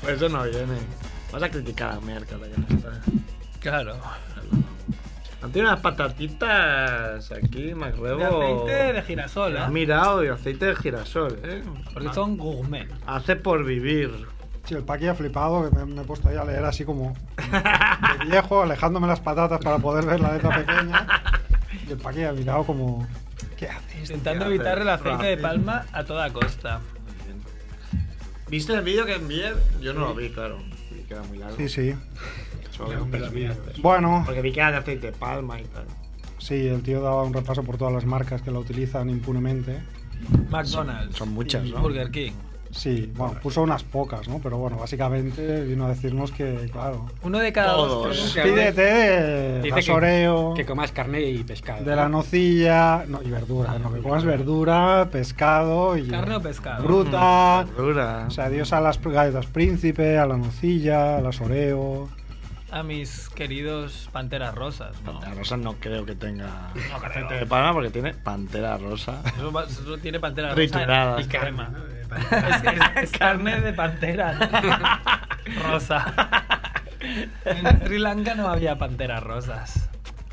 Por eso no viene. Vas a criticar a Merkel, que no está. Claro. Han tenido unas patatitas aquí, De MacRebo. aceite de girasol, ¿eh? Has mirado y aceite de girasol, ¿eh? Porque son gourmet. Hace por vivir. Sí, el Paqui ha flipado, que me, me he puesto ahí a leer así como de viejo, alejándome las patatas para poder ver la letra pequeña. Y el Paqui ha mirado como... ¿Qué haces? Intentando hace evitar el aceite de Rafi. palma a toda costa. ¿Viste el vídeo que envié? Yo no lo vi, claro. Vi que era muy largo. Sí, sí. Solo vi un perfil. Bueno, Porque vi que era de aceite de palma y tal. sí, el tío daba un repaso por todas las marcas que la utilizan impunemente. McDonald's. son muchas, y ¿no? Burger King. Sí, bueno, puso unas pocas, ¿no? Pero bueno, básicamente vino a decirnos que, claro, Uno de cada Todos. dos. creo. pídete de Dice que- gasoreo, Que comas carne y pescado. de la nocilla, no, y verdura, no, que comas verdura, pescado y Carne o pescado. Mm, fruta, Dura. o sea, adiós a las galletas príncipe, a la nocilla, al gasoreo, A mis queridos panteras rosas, ¿no? Pantera rosa no creo que tenga aceite de palma porque tiene pantera rosa. Eso, va- eso tiene pantera Triturada. rosa y crema. Es, es- es carne de pantera rosa. En Sri Lanka no había panteras rosas.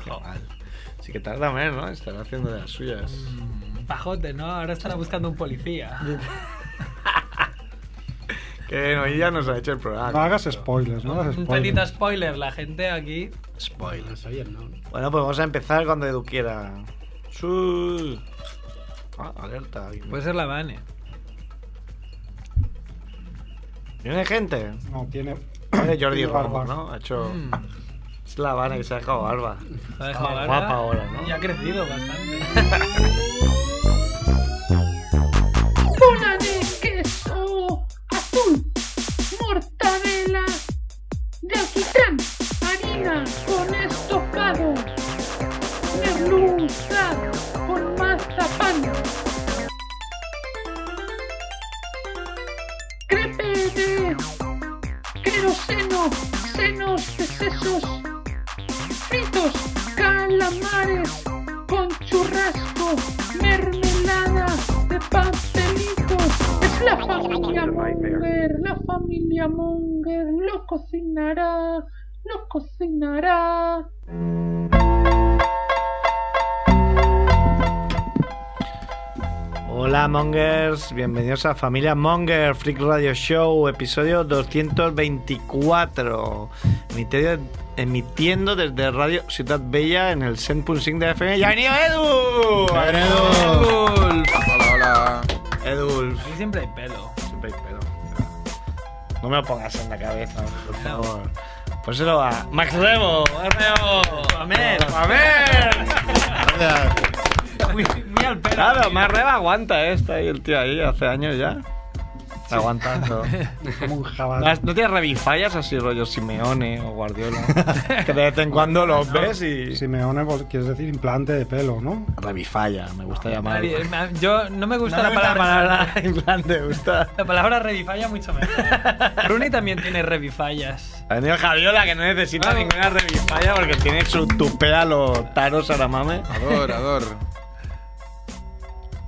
Jo. Mal. Sí que tarda menos, ¿no? Estará haciendo de las suyas. Mm, Pajote, ¿no? Ahora estará buscando un policía. Que hoy ya nos ha hecho el programa. no hagas spoilers, no hagas Un petito spoilers. spoiler, la gente aquí. Spoiler. No sabía, ¿no? Bueno, pues vamos a empezar cuando Edu quiera. Su... Ah, alerta. Puede ser la Vane. ¿Viene gente? No, tiene... Vale, Jordi tiene barba. Ramos, ¿no? Ha hecho... Mm, Es la Habana que se ha dejado barba. lo ha dejado Ah, Guapa larga. ahora, ¿no? Y ha crecido bastante. bola de queso azul, mortadela de alquitrán, harina con estofado, merluza con mazapán, crepe de queroseno, senos de sesos, fritos, calamares con churrasco, mermelada de pastelitos. Es la familia Munger, la familia Munger lo cocinará, lo cocinará. Hola Mongers, bienvenidos a Familia Monger, Freak Radio Show, episodio 224, emitido- emitiendo desde Radio Ciudad Bella en el 100.5 de FM. ¡Ya ha venido Edu! Golf. Hola, hola. Edulf. Aquí siempre hay pelo. Siempre hay pelo. No me lo pongas en la cabeza, por favor. Pues Pónselo a Max Rebo. Amén. ¡A ver! Muy, muy al pelo. Claro, Max Rebo aguanta esto ahí, el tío ahí, hace años ya. Está Aguantando. Como un ¿No jabalí. has- ¿No tienes revifallas así, rollo Simeone o Guardiola? que de vez en cuando los ves y. Simeone, pues, quieres decir implante de pelo, ¿no? Revifalla, me gusta llamar. Nadie- na- eh, yo no me gusta No la me palabra. gusta. En plan, te gusta. La palabra revifalla mucho mejor. Bruni también tiene revifallas. Ha venido Javiola, que no necesita Claro. ninguna revifalla porque tiene su tupea los taros aramame. Ador, ador.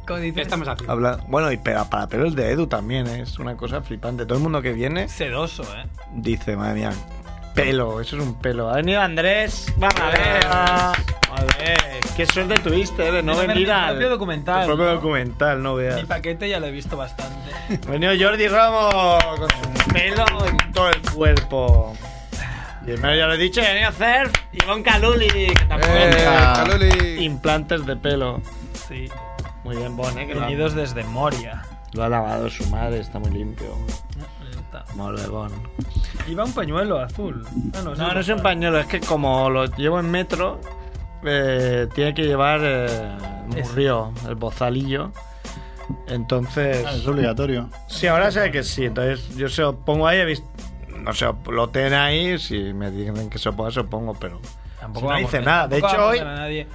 ¿Cómo dices? ¿Qué estamos haciendo? Habla- Bueno, y pega para pelos de Edu también, ¿eh? es una cosa flipante. Todo el mundo que viene Sedoso, ¿eh? dice, madre mía, pelo, eso es un pelo. Ha venido Andrés, vamos a ver. Joder, Qué suerte tuviste ¿eh? de no Yo me venir vi mi al propio documental, tu propio ¿no? documental, no veas. Mi paquete ya lo he visto bastante. Ha venido Jordi Ramos con su pelo en todo el cuerpo. Y el medio ya lo he dicho, y ha venido Cerf y Ivonne Caluli, que tampoco Eh, está. Caluli. implantes de pelo. Sí. Muy bien, Bon, ¿eh? que lo ha- Unidos desde Moria. lo ha lavado su madre, está muy limpio. Ahí está. Muy Bon. Iba un pañuelo azul. Ah, no, No, no es un pañuelo, es que como lo llevo en metro, eh, tiene que llevar eh, Es- murrió, el bozalillo. Entonces. Ah, es obligatorio. Sí, ahora sé que sí. Entonces yo se lo pongo ahí, he visto- no sé, lo ten ahí. Si me dicen que se lo ponga, se lo pongo, pero. Tampoco no vamos dice a- nada. De tampoco hecho, vamos hoy, a nadie.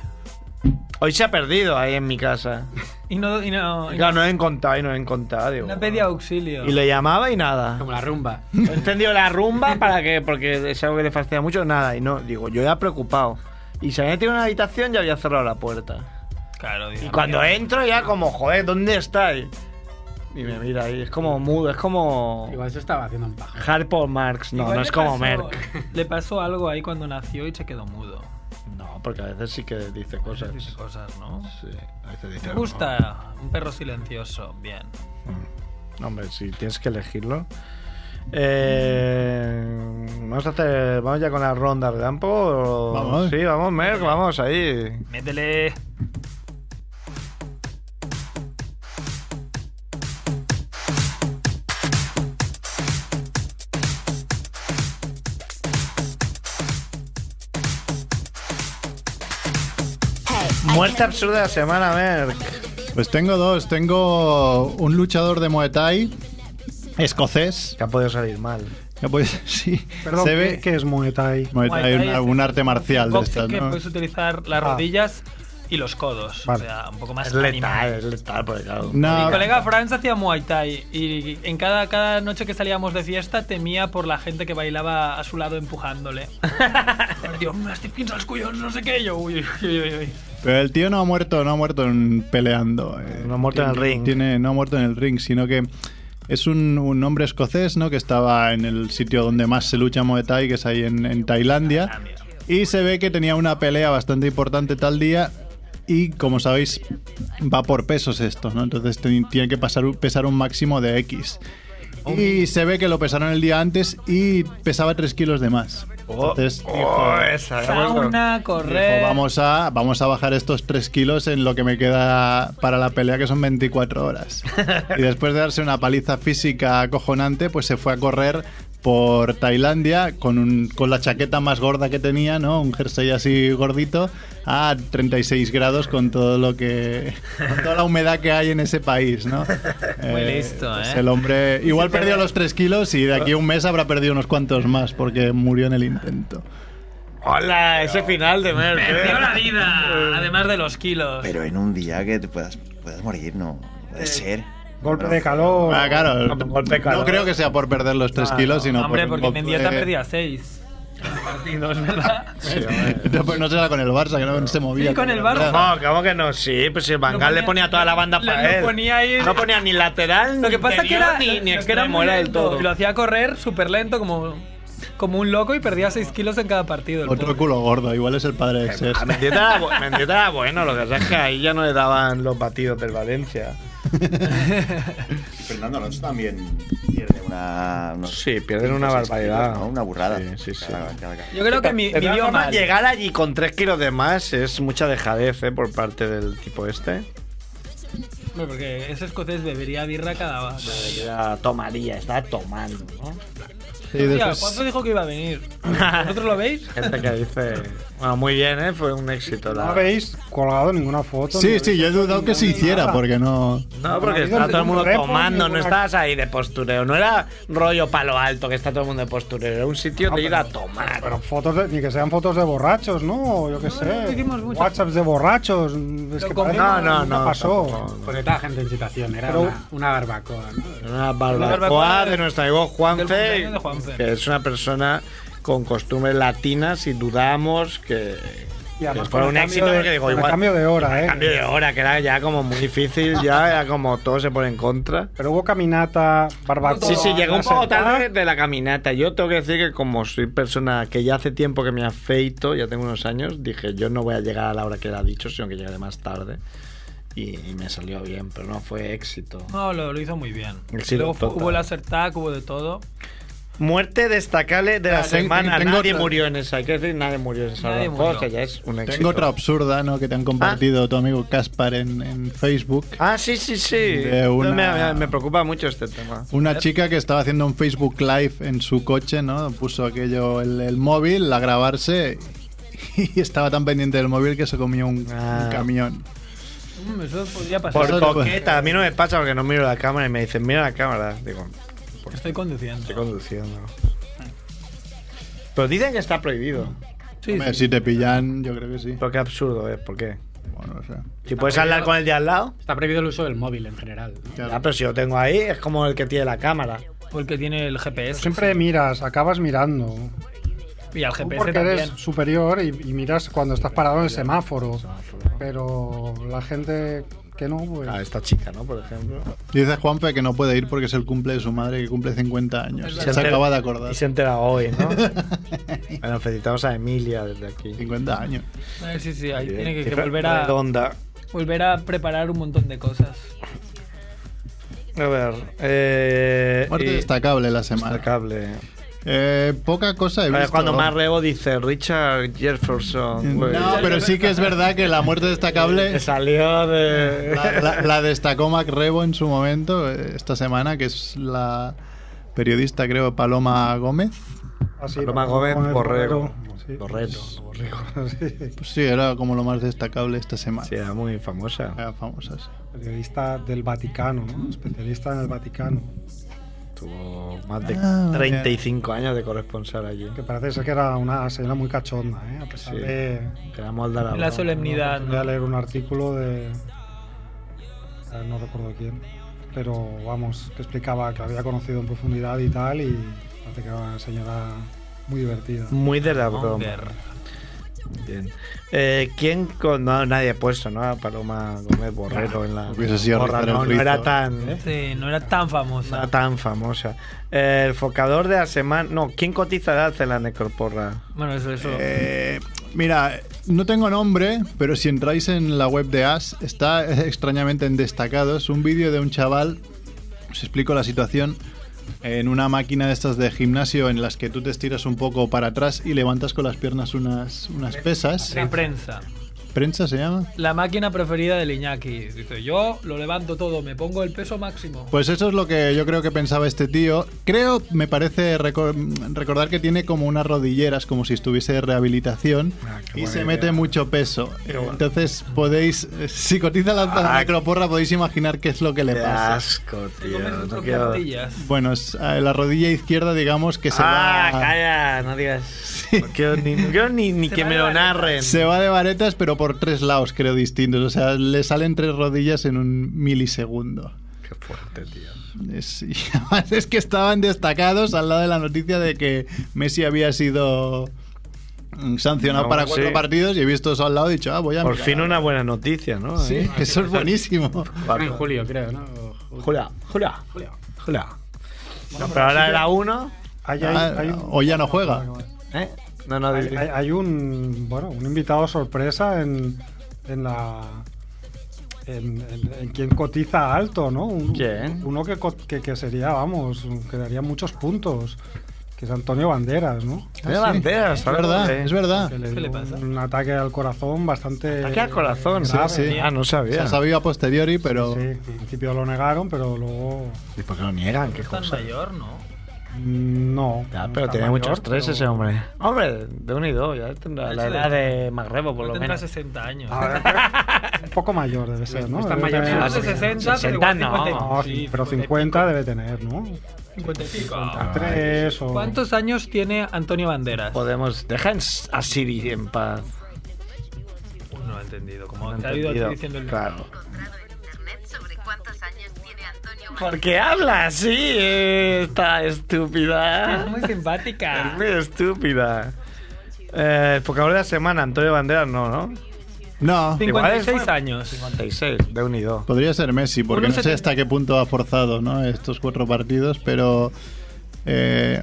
hoy se ha perdido ahí en mi casa. Y no, y no, y Claro, no he encontrado y no he encontrado. digo, no pedía auxilio. y le llamaba y nada. Como la rumba. He encendido la rumba para que, porque es algo que le fascina mucho, nada. Y no, digo, yo ya preocupado. Y se había metido en una habitación y había cerrado la puerta. Claro, Y dice, cuando "Mira". entro ya como, joder, ¿dónde estáis? Y me mira ahí. Es como mudo, es como. Igual se estaba haciendo un paja. Harpo Marx. No, Igual no le es como pasó- Merck. Le pasó algo ahí cuando nació y se quedó mudo. No, porque a veces sí que dice cosas. Dice cosas, ¿no? Pues Sí, a veces dice. Me gusta un perro silencioso, bien. No, hombre, si tienes que elegirlo. Eh, vamos a hacer. Vamos ya con la ronda de campo. o- Vamos. Sí, vamos, Merck, vamos ahí. Métele. Muerte absurda de la semana, Merck. Pues tengo dos. Tengo un luchador de Muay Thai escocés. Que ha podido salir mal. que pues, sí, Perdón, se ¿qué- ve ¿qué, es Muay Thai? Muay Muay Thai, Thai un, es- Pues, un arte marcial de Boxing estas, que ¿no? puedes utilizar las Ah. rodillas y los codos. Vale. O sea, un poco más Es animal. letal, es letal, porque claro. No, Mi colega Franz hacía Muay Thai y en cada, cada noche que salíamos de fiesta temía por la gente que bailaba a su lado empujándole. Dios, me las tipkins a los cuyos, no sé qué. Y Yo, uy, uy, uy, uy. Pero el tío no ha muerto, no ha muerto en- peleando. eh. No ha muerto en el Tiene- ring. Tiene, no ha muerto en el ring, sino que es un, un hombre escocés, ¿no? Que estaba en el sitio donde más se lucha Muay Thai, que es ahí en, en Tailandia. Y se ve que tenía una pelea bastante importante tal día. Y como sabéis, va por pesos esto, ¿no? Entonces ten- tiene que pasar, un- pesar un máximo de X. Y se ve que lo pesaron el día antes y pesaba 3 kilos de más. Entonces Oh, dijo, oh, esa, ya hemos- Sauna, Dijo, correr. vamos a, vamos a bajar estos 3 kilos en lo que me queda para la pelea, que son 24 horas. Y después de darse una paliza física acojonante, pues se fue a correr por Tailandia con, un- con la chaqueta más gorda que tenía, ¿no? Un jersey así gordito, a 36 grados con todo lo que... con toda la humedad que hay en ese país, ¿no? Muy listo, pues ¿eh? El hombre igual perdió los 3 kilos y de aquí a un mes habrá perdido unos cuantos más porque murió en el intento. Hola, ese final de Merck. Perdió eh. la vida, además de los kilos. Pero en un día que te puedas, puedas morir, no no puede ser. Golpe de calor. pues, Ah, claro. Ah, golpe No calor. creo que sea por perder los 3 Ah, kilos, sino Hombre, por un porque en golpe- dieta perdía 6 partidos, ¿verdad? Sí, hombre. No, pues no será con el Barça, que no se movía. Sí, con el Barça. ¿verdad? No, ¿cómo que no? Sí, pues si Van Lo Gaal ponía- le ponía toda la banda lo- para lo él. ponía ahí- No ponía ni lateral, Lo ni que pasa que interior, era, ni, ni lo que era extremo, muy era del lento, todo. Ah, y Lo hacía correr súper lento, como, como un loco, y perdía 6 kilos en cada partido. el Otro pobre. culo gordo, igual es el padre de Xers. Eh, A Mendieta era, bu- Mendieta era bueno, lo que pasa es que ahí ya no le daban los batidos del Valencia. Fernando Alonso también pierde una. unos Sí, pierden cinco, una seis barbaridad. kilos, ¿no? Una burrada. Sí, sí, sí. Cada- cada- cada- Yo creo que mi, De todas dio formas, mal. llegar allí con 3 kilos de más es mucha dejadez eh, por parte del tipo este. Hombre, porque ese escocés bebería birra cada. Ya tomaría, está tomando, ¿no? Sí, Hostia, después- ¿Cuánto dijo que iba a venir? ¿Vosotros lo veis? Gente que dice. Bueno, muy bien, ¿eh? Fue un éxito. No La... habéis colgado ninguna foto. ni sí, habéis sí, yo he dudado que se ninguna hiciera, nada. porque no. No, porque No ha habido estaba todo el mundo ningún repo, tomando, no ninguna- estabas ahí de postureo. No era rollo palo alto que está todo el mundo de postureo. Era un sitio No, de ir a pero- tomar. Pero fotos de- ni que sean fotos de borrachos, ¿no? O yo qué no sé. hicimos mucho. WhatsApps de borrachos. Es que con- parece no, que no, nunca no. pasó. tampoco. Porque estaba gente en situación, era Pero- una, una barbacoa, ¿no? Una barbacoa barbacoa de de- nuestro amigo Juanfe, cumpleaños de Juanfe. que es una persona con costumbres latinas y dudamos que, Y además que fue con un el éxito cambio de- porque digo, con el igual cambio de hora, ¿eh? cambio de hora, que era ya como muy difícil, ya era como todo se pone en contra. Pero hubo caminata, barbacoa. Sí, sí, llegó un la poco sentada. tarde de la caminata. Yo tengo que decir que como soy persona que ya hace tiempo que me afeito, ya tengo unos años, dije yo no voy a llegar a la hora que era dicho, sino que llegaré más tarde. Y, y me salió bien, pero no fue éxito. No, lo, lo hizo muy bien. Sí, Luego fue- total. hubo el acertac, hubo de todo. Muerte destacable de la Ah, ten- semana. tengo nadie otra. murió en esa. Hay que decir, nadie murió en esa. Nadie Las cosas, murió. ya es un éxito. Tengo otra absurda, ¿no? Que te han compartido tu amigo Caspar en, en Facebook. Ah, sí, sí, sí. De una- Me, me preocupa mucho este tema. Una chica que estaba haciendo un Facebook Live en su coche, ¿no? Puso aquello, el, el móvil, a grabarse y estaba tan pendiente del móvil que se comió un, un Ah. camión. Mm, eso podría pasar. Por Eso- pues. coqueta. A mí no me pasa porque no miro la cámara y me dicen, mira la cámara. Digo, Estoy conduciendo. estoy conduciendo. Pero dicen que está prohibido. Sí, Hombre, sí. Si te pillan, yo creo que sí. Pero qué absurdo es, ¿por qué? Bueno, no sé. Si puedes hablar con el de al lado. Está prohibido el uso del móvil en general. ¿no? Claro. Ya, pero si lo tengo ahí, es como el que tiene la cámara. Porque tiene el GPS. Siempre miras, acabas mirando. Y al Tú GPS porque también. eres Ah, superior y, y miras cuando estás parado en el semáforo. Pero la gente que no, pues. A esta chica, ¿no? Por ejemplo. Dice Juanfe que no puede ir porque es el cumple de su madre que cumple 50 años. Se, entera- acaba de acordar. Y se entera hoy, ¿no? bueno, felicitamos a Emilia desde aquí. 50 años. Eh, sí, sí, ahí tiene que, que Cifra volver, a, Redonda. volver a preparar un montón de cosas. A ver. Eh, Muerte y- destacable la semana. destacable. Eh, poca cosa he A ver, visto. cuando más Pues- rebo dice Richard Jefferson. güey. No, pero sí que es verdad que la muerte destacable Que salió de. la, la- la destacó Mac Rebo en su momento eh, esta semana, que es la periodista, creo, Paloma Gómez. Así, Paloma Gómez Borrego. Borrego. Sí. Pues sí, era como lo más destacable esta semana. Sí, era muy famosa. Era famosa, sí. Periodista del Vaticano, ¿no? Especialista en el Vaticano. Tuvo más de Ah, 35 años de corresponsal allí. Que parece ser que era una señora muy cachonda, ¿eh? A pesar Sí. de. Que era molda la La broma. solemnidad. Voy a ¿no? leer un artículo de. a ver, no recuerdo quién. Pero vamos, que explicaba que la había conocido en profundidad y tal. Y parece que era una señora muy divertida. Muy de la broma. Monger. Bien. Eh, ¿Quién con.? No, nadie ha puesto, ¿no? A Paloma Gómez Borrero en la. hubiese sido Borra, rizar el no, no rizo. era tan. Sí, no era tan no famosa. era tan famosa. Eh, el focador de la semana. No, ¿quién cotiza de alza en la necroporra? Bueno, eso, eso. Eh, mira, no tengo nombre, pero si entráis en la web de As, está eh, extrañamente en destacados un vídeo de un chaval, os explico la situación, en una máquina de estas de gimnasio en las que tú te estiras un poco para atrás y levantas con las piernas unas, unas pesas. La prensa. ¿Prensa se llama? La máquina preferida del Iñaki. Dice, yo lo levanto todo, me pongo el peso máximo. Pues eso es lo que yo creo que pensaba este tío. Creo, me parece reco- recordar que tiene como unas rodilleras, como si estuviese de rehabilitación Ah, qué y buena se idea. mete mucho peso. bueno. Entonces podéis, eh, si cotiza la, la Ah. necroporra, podéis imaginar qué es lo que le Qué pasa. asco, Te tío. comes tus No quiero- tortillas. Bueno, es, eh, la rodilla izquierda, digamos que se ah, va. calla, no digas. No quiero ni, no quiero ni, ni Se que va me de lo vareta. narren. Se va de varetas, pero por tres lados, creo, distintos. O sea, le salen tres rodillas en un milisegundo. Qué fuerte, tío. Es, y además es que estaban destacados al lado de la noticia de que Messi había sido mm, sancionado No, para cuatro sí. partidos y he visto eso al lado y he dicho, ah, voy a Por mirar. fin una buena noticia, ¿no? Sí, ¿Eh? eso es buenísimo. En julio, creo, ¿no? O- Julia, Julia, Julio. Julia. No, pero ahora era uno. Hay, hay- Ah, hay un- o ya no juega. ¿Eh? No, no, Hay, hay- hay un bueno un invitado sorpresa en, en la en, en- en quien cotiza alto, ¿no? Un- ¿Quién? Uno que, co- que, que sería, vamos, que daría muchos puntos, que es Antonio Banderas, ¿no? Hay banderas, Es algo, verdad, ¿eh? es verdad. Que ¿Qué dio le pasa? Un ataque al corazón bastante. Aquí al corazón, sí, grave. sí. Ah, no Se sabía. ha sabido a posteriori, pero... Sí, en principio lo negaron, pero luego. ¿Y por qué lo niegan? ¿Qué Tan cosa? mayor, ¿no? mm, No. Ya, no pero está tenía mayor, mucho estrés pero- ese hombre. Hombre, de un y dos, ya tendrá Sí, la sí. edad de Magrebo, por No lo tendrá menos. 60 años. A ver, Un poco mayor debe ser, ¿no? Está Debe mayor, tener- Menos sí. de 60, 60 no. pero igual 50 y- No, sí, pero 50 debe tener, ¿no? 55. Tres o... ¿Cuántos años tiene Antonio Banderas? Podemos. Dejan a Siri en paz. Pues No he entendido. Como No te ha ido entendido. diciendo el... Claro. encontrado en internet sobre cuántos años tiene Antonio ¿Por qué habla así, Ah, esta Ah, Es estúpida? muy Es simpática. muy estúpida. Eh, porque ahora de la semana, Antonio Banderas no, ¿no? No, Igual es 56 bueno. años. 36, de un y dos. podría ser Messi, porque no sé 1,70. hasta qué punto ha forzado ¿no? estos cuatro partidos, pero... eh,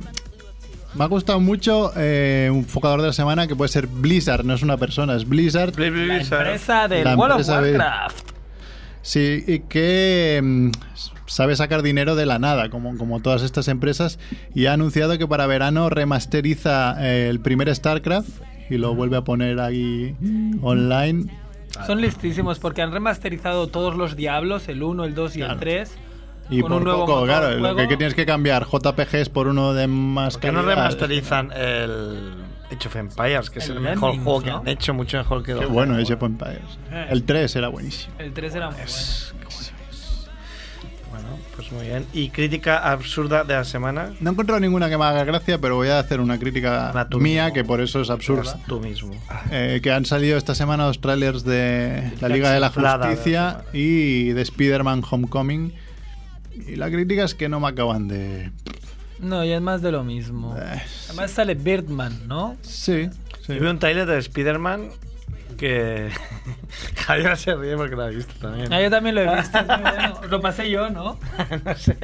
me ha gustado mucho eh, un focador de la semana que puede ser Blizzard, no es una persona, es Blizzard. La empresa del La World empresa of de- Warcraft. Sí, y que mm, sabe sacar dinero de la nada, como, como todas estas empresas, y ha anunciado que para verano remasteriza eh, el primer StarCraft y lo vuelve a poner ahí online. Son listísimos porque han remasterizado todos los Diablos, el 1, el 2 y el Claro. 3. Y Con por un nuevo poco, motor de claro, lo juego. que, que tienes que cambiar JPGs por uno de más ¿Por qué no calidad. remasterizan el Age of Empires, que es el, El mejor Lemmings, juego que ¿no? han hecho, mucho mejor que Qué los bueno Eh. ese of Empires. El 3 era buenísimo. El 3 era muy bueno. Pues. Bueno, pues muy bien. ¿Y crítica absurda de la semana? No he encontrado ninguna que me haga gracia, pero voy a hacer una crítica Va, tú mía, mismo. que por eso es absurda. Tú mismo. Eh, que han salido esta semana los trailers de la Liga de la Chiflada de la Justicia y de Spider-Man Homecoming. Y la crítica es que no me acaban de... No, ya es más de lo mismo. Eh, Además sale Birdman, ¿no? sí, sí. Yo vi un trailer de Spider-Man que Javier se ríe porque lo ha visto también. Ah, yo también lo he visto. es muy bueno. Os lo pasé yo, ¿no? no sé.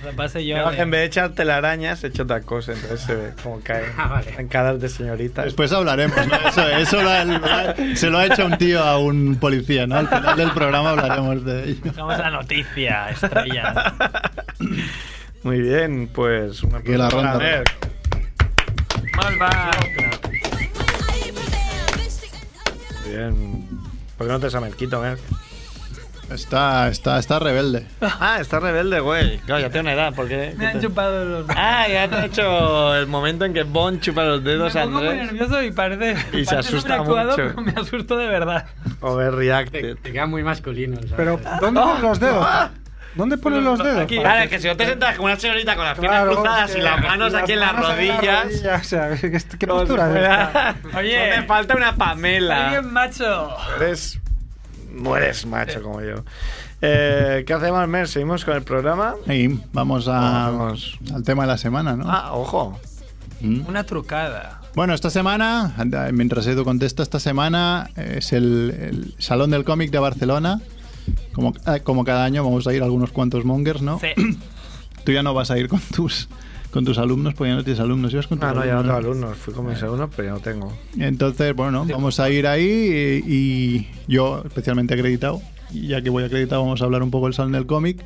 Os lo pasé yo. eh. No, de- en vez de echar telarañas, he hecho otra cosa, entonces se ve como cae Ah, vale. en caras de señorita. Después hablaremos, ¿no? Eso, eso lo ha- lo ha- se lo ha hecho un tío a un policía, ¿no? Al final del programa hablaremos de ello. Vamos a la noticia, estrella. Muy bien, pues una Aquí la pregunta. ronda. A ver, Mal va. bien. ¿Por qué no te sabes quito, Merck? Está, está, está rebelde. Ah, está rebelde, güey. Claro, ya tiene una edad, ¿por qué? Me han chupado los. Ah, ya te he hecho el momento en que Bon chupa los dedos me a pongo muy Andrés. nervioso y parece. Y se parece asusta sobreactuado, mucho. pero me asusto de verdad. Overreacted. Te, te queda muy masculino. ¿sabes? Pero, ¿dónde pones los dedos? ¿Dónde pones los dedos? Aquí. Para- Claro, es que si no te sentas como una señorita con las piernas Claro, cruzadas es que- y las manos aquí en las manos rodillas. rodillas, o sea, ¿qué, qué como si postura es esta? fuera- Oye. No te falta una Soy Pamela. bien macho. Eres. No eres macho como yo. Eh, ¿Qué hacemos, Mer? ¿Seguimos con el programa? Y vamos, a, Vamos. al tema de la semana, ¿no? Ah, ojo. Mm. Una trucada. Bueno, esta semana, anda, mientras Edu contesta, esta semana eh, es el, el Salón del Cómic de Barcelona. Como, eh, como cada año vamos a ir algunos cuantos mongers, ¿no? Sí. Tú ya no vas a ir con tus, con tus alumnos, porque ya no tienes alumnos. ¿Ibas con tus Ah, no, ya no alumnos, tengo ¿no? alumnos. Fui con mis alumnos, pero ya no tengo. Entonces, bueno, vamos a ir ahí y, y yo, especialmente acreditado, y ya que voy acreditado, vamos a hablar un poco del Salón del Cómic.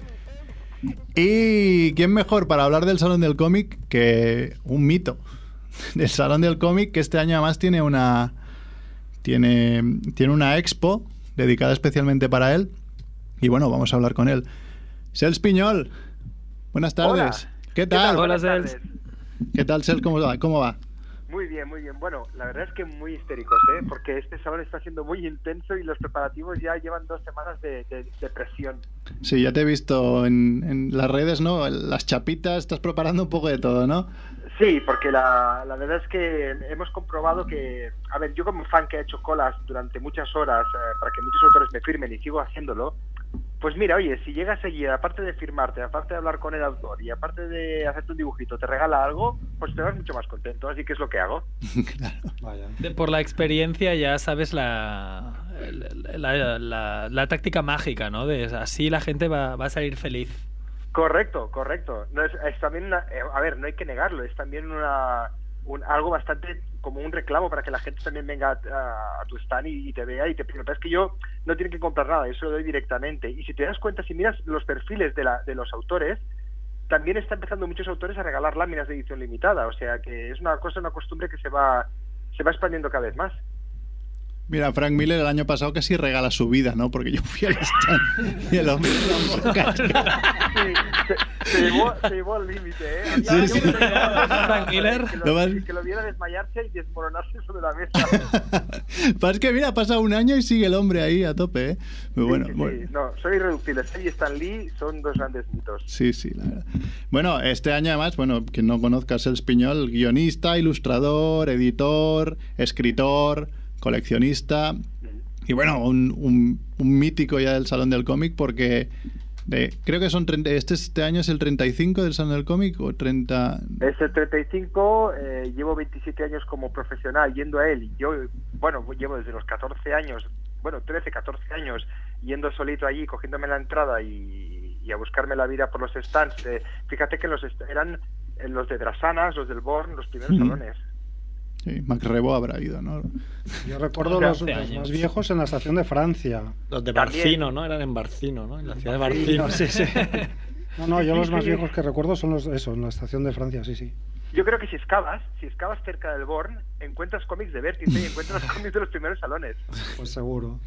¿Y quién mejor para hablar del Salón del Cómic que un mito? Del Salón del Cómic, que este año además tiene una, tiene, tiene una expo dedicada especialmente para él. Y bueno, vamos a hablar con él. Sels Piñol, buenas tardes. ¿Qué tal? Hola, Sels. ¿Qué tal, Sels? ¿Cómo va? ¿Cómo va? Muy bien, muy bien. Bueno, la verdad es que muy histéricos, ¿eh? Porque este salón está siendo muy intenso y los preparativos ya llevan dos semanas de, de- de presión. Sí, ya te he visto en, en las redes, ¿no? Las chapitas, estás preparando un poco de todo, ¿no? Sí, porque la, la verdad es que hemos comprobado que, a ver, yo como fan que ha hecho colas durante muchas horas eh, para que muchos autores me firmen y sigo haciéndolo, pues mira, oye, si llegas allí, aparte de firmarte, aparte de hablar con el autor y aparte de hacerte un dibujito, te regala algo, pues te vas mucho más contento, así que es lo que hago. Vaya. De- por la experiencia ya sabes la, la, la- la- la táctica mágica, ¿no? De, así la gente va, va a salir feliz. Correcto, correcto. No es, es también una- eh, a ver, no hay que negarlo, es también una, un- algo bastante como un reclamo para que la gente también venga a, a tu stand y, y te vea y te pero es que yo no tienen que comprar nada, yo se lo doy directamente. Y si te das cuenta, si miras los perfiles de, la, de los autores, también está empezando muchos autores a regalar láminas de edición limitada, o sea que es una cosa, una costumbre que se va se va expandiendo cada vez más. Mira, Frank Miller el año pasado casi regala su vida, ¿no? Porque yo fui al stand y el hombre... Sí, se, se llevó, se llevó al límite, ¿eh? Había- Sí, había sí. un señor- Frank Miller. Que Lo lo, más- que lo viera desmayarse y desmoronarse sobre la mesa. Pero es que mira, pasa un año y sigue el hombre ahí a tope, ¿eh? Pero bueno, Sí, sí, bueno. sí. No, soy irreductible. Soy Stan Lee, son dos grandes mitos. Sí, sí, la verdad. Bueno, este año además, bueno, quien no conozca a Sels Piñol, guionista, ilustrador, editor, escritor, coleccionista y bueno, un, un- un mítico ya del Salón del Cómic porque de- creo que son 30 este, este año es el 35 del Salón del Cómic o 30... Es el 35, eh, llevo 27 años como profesional yendo a él. Yo, bueno, llevo desde los 14 años, bueno, 13, 14 años yendo solito allí, cogiéndome la entrada y, y a buscarme la vida por los stands. Eh, fíjate que los est- eran eh, los de Drasanas, los del Born, los primeros Ujú. salones. Sí, Mac Rebo habrá ido, ¿no? Yo recuerdo los, Hace los años. más viejos en la estación de Francia. Los de También. Barcino, ¿no? Eran en Barcino, ¿no? En la ciudad de Barcino. No, sí, sí. No, no, yo los más viejos que recuerdo son los eso, en la estación de Francia, sí, sí. Yo creo que si excavas, si excavas cerca del Born, encuentras cómics de vértice y encuentras cómics de los primeros salones. Pues seguro.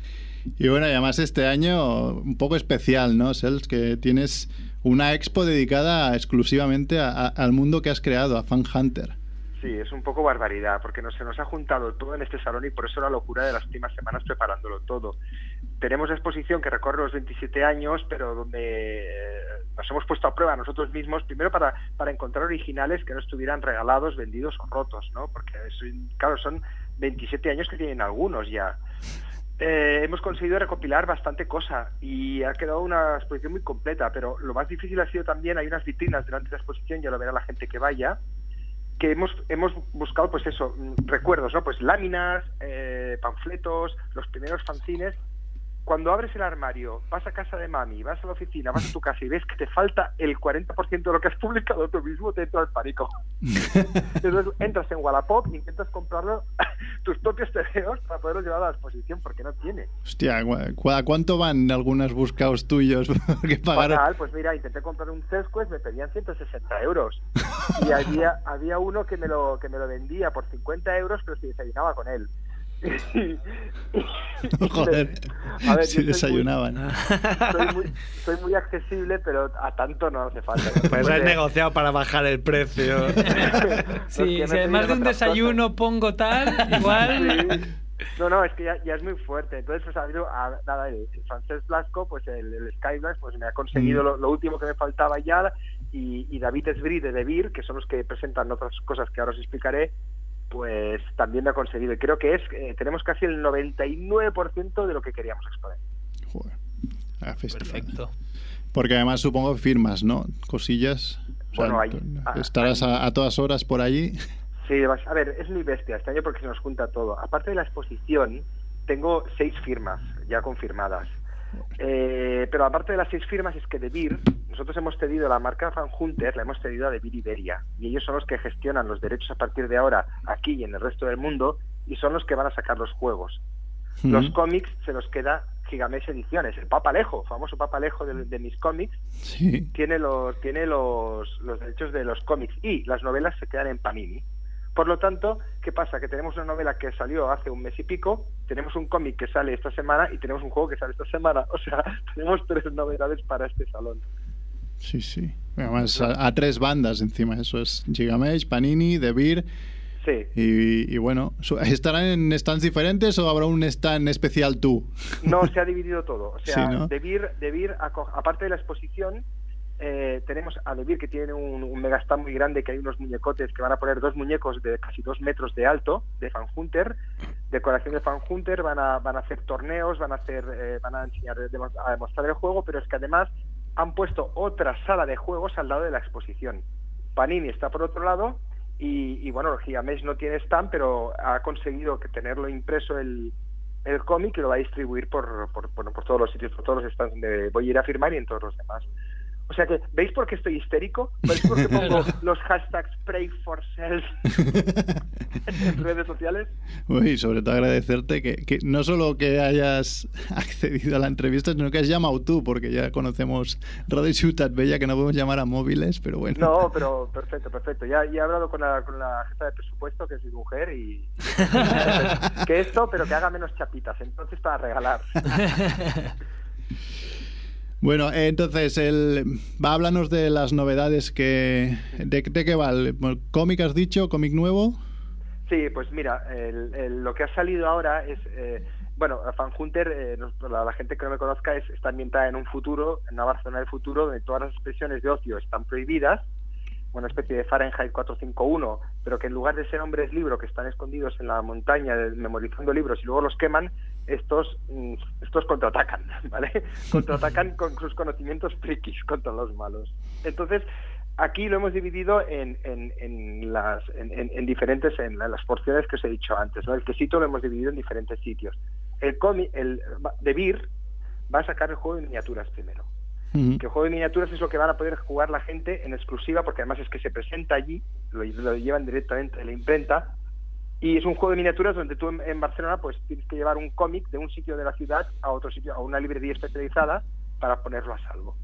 Y bueno, y además este año un poco especial, ¿no, Sels? Que tienes una expo dedicada exclusivamente a- a- al mundo que has creado, a Fan Hunter. Sí, es un poco barbaridad, porque nos, se nos ha juntado todo en este salón y por eso la locura de las últimas semanas preparándolo todo. Tenemos la exposición que recorre los 27 años, pero donde eh, nos hemos puesto a prueba nosotros mismos, primero para, para encontrar originales que no estuvieran regalados, vendidos o rotos, ¿no? Porque, es- claro, son 27 años que tienen algunos ya. Eh, hemos conseguido recopilar bastante cosa y ha quedado una exposición muy completa, pero lo más difícil ha sido también, hay unas vitrinas durante la exposición, ya lo verá la gente que vaya, que hemos, hemos buscado, pues eso, mm, recuerdos, ¿no? Pues láminas, eh, panfletos, los primeros fanzines. Cuando abres el armario, vas a casa de mami, vas a la oficina, vas a tu casa y ves que te falta el 40% de lo que has publicado tú mismo, te entra el pánico. Entonces entras en Wallapop e intentas comprarlo tus propios tebeos para poderlos llevar a la exposición porque no tiene. Hostia, ¿cu- cu- ¿a cuánto van algunos buscados tuyos que pagaron? Fatal, pues mira, intenté comprar un Cesquest, me pedían 160 euros. Y había, había uno que me, lo, que me lo vendía por 50 euros, pero si desayunaba con él. Joder, A ver, si yo soy muy- desayunaban. Ah. Soy muy, soy muy accesible, pero a tanto no hace falta. Pues has negociado para bajar el precio. Sí, que si además de me un pidieron otras cosas. desayuno pongo tal, igual. Sí. No, no, es que ya, ya es muy fuerte. Entonces, pues ha habido, ah, nada, el francés Blasco, pues el, el Skyblask, pues me ha conseguido Mm. lo, lo último que me faltaba ya, y, y David Esbri de Debir, que son los que presentan otras cosas que ahora os explicaré, pues también me ha conseguido. Y creo que es, eh, tenemos casi el 99% de lo que queríamos exponer. Joder, a festival. Perfecto. Porque además supongo que firmas, ¿no? Cosillas. O sea, Bueno, hay- tú- ah, estarás a, a todas horas por allí. Sí, vas- a ver, es muy bestia este año porque se nos junta todo. Aparte de la exposición, tengo seis firmas ya confirmadas. Eh, pero aparte de las seis firmas es que DeVir, nosotros hemos cedido la marca Van Hunter, la hemos cedido a DeVir Iberia. Y ellos son los que gestionan los derechos a partir de ahora aquí y en el resto del mundo y son los que van a sacar los juegos. Los Ujú. cómics se los queda Gigamesh Ediciones, el Papalejo, famoso Papalejo de, de mis cómics, Sí. tiene los tiene los, los derechos de los cómics y las novelas se quedan en Panini. Por lo tanto, ¿qué pasa? Que tenemos una novela que salió hace un mes y pico, tenemos un cómic que sale esta semana y tenemos un juego que sale esta semana. O sea, tenemos tres novedades para este salón. Sí, sí. Además, a, a tres bandas encima. Eso es Gigamesh, Panini, The Beer. Sí. Y, y bueno, su- ¿estarán en stands diferentes o habrá un stand especial tú? No, se ha dividido todo. O sea, Sí, ¿no? Debir, Debir aco- aparte de la exposición, eh, tenemos a Debir que tiene un, un megastand muy grande, que hay unos muñecotes que van a poner dos muñecos de casi dos metros de alto, de Fan Hunter, decoración de Fan Hunter, van a, van a hacer torneos, van a hacer, eh, van a enseñar eh, demo- a demostrar el juego, pero es que además han puesto otra sala de juegos al lado de la exposición. Panini está por otro lado y, y bueno, Gigamesh no tiene stand, pero ha conseguido que tenerlo impreso el, el cómic y lo va a distribuir por, por, bueno, por todos los sitios, por todos los stands donde voy a ir a firmar y en todos los demás. O sea que, ¿veis por qué estoy histérico? ¿Veis por qué pongo los hashtags pray for self en redes sociales? Uy, sobre todo agradecerte que, que no solo que hayas accedido a la entrevista, sino que has llamado tú, porque ya conocemos Radio Ciutat Bella, que no podemos llamar a móviles, pero bueno. No, pero perfecto, perfecto. Ya, ya he hablado con la, con la jefa de presupuesto, que es mi mujer, y que esto, pero que haga menos chapitas, entonces para regalar. Bueno, eh, entonces, el, va, háblanos de las novedades que... ¿De, de qué va? el- ¿Cómic has dicho? ¿Cómic nuevo? Sí, pues mira, el- el- lo que ha salido ahora es, eh, bueno, Fan Hunter, eh, nos- la, la gente que no me conozca, es, está ambientada en un futuro, en una Barcelona del futuro, donde todas las expresiones de ocio están prohibidas, una especie de Fahrenheit 451, pero que en lugar de ser hombres libro que están escondidos en la montaña eh, memorizando libros y luego los queman, estos, mm, estos contraatacan, ¿vale? Contraatacan con sus conocimientos frikis contra los malos. Entonces, aquí lo hemos dividido en, en- en las, en, en- en diferentes, en la- las porciones que os he dicho antes, ¿no? El quesito lo hemos dividido en diferentes sitios. El cómic, el de Beer va a sacar el juego de miniaturas primero Ujú. que el juego de miniaturas es lo que van a poder jugar la gente en exclusiva, porque además es que se presenta allí, lo, lo llevan directamente de la imprenta, y es un juego de miniaturas donde tú en, en Barcelona pues tienes que llevar un cómic de un sitio de la ciudad a otro sitio, a una librería especializada, para ponerlo a salvo.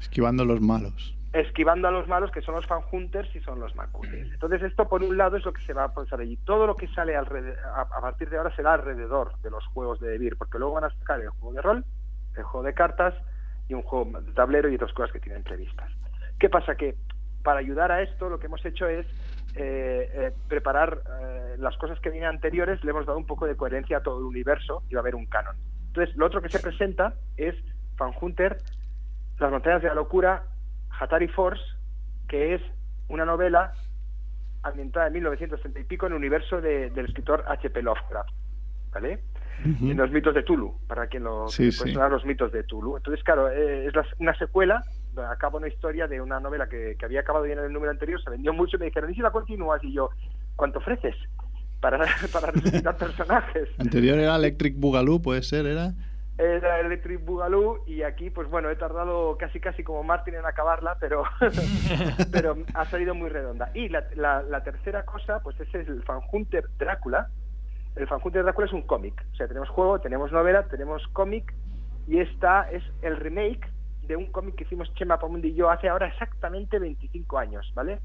Esquivando los malos. Esquivando a los malos, que son los fanhunters y son los macunes. Entonces esto, por un lado, es lo que se va a pasar allí. Todo lo que sale alrede- a, a partir de ahora será alrededor de los juegos de Debir, porque luego van a sacar el juego de rol, el juego de cartas y un juego de tablero y otras cosas que tienen previstas. ¿Qué pasa? Que para ayudar a esto lo que hemos hecho es eh, eh, preparar eh, las cosas que vienen anteriores, le hemos dado un poco de coherencia a todo el universo y va a haber un canon. Entonces, lo otro que se presenta es Fan Hunter, Las Montañas de la Locura, Hatari Force, que es una novela ambientada en 1930 y pico en el universo de- del escritor H.P. Lovecraft. ¿Vale? en los mitos de Tulu, para quien lo Sí, que puede sí. sonar los mitos de Tulu. Entonces, claro, eh, es la- una secuela acaba una historia de una novela que, que había acabado bien en el número anterior, se vendió mucho y me dijeron, ¿y si la continúas? Y yo, ¿cuánto ofreces? Para, para resucitar personajes. Anterior era Electric Boogaloo, puede ser, era. Era Electric Boogaloo y aquí, pues bueno, he tardado casi casi como Martin en acabarla, pero, pero ha salido muy redonda. Y la, la- la tercera cosa, pues ese es el Fanhunter Drácula. El Fanhunter Drácula es un cómic. O sea, tenemos juego, tenemos novela, tenemos cómic y esta es el remake de un cómic que hicimos Chema Pamundi y yo hace ahora exactamente 25 años, ¿vale?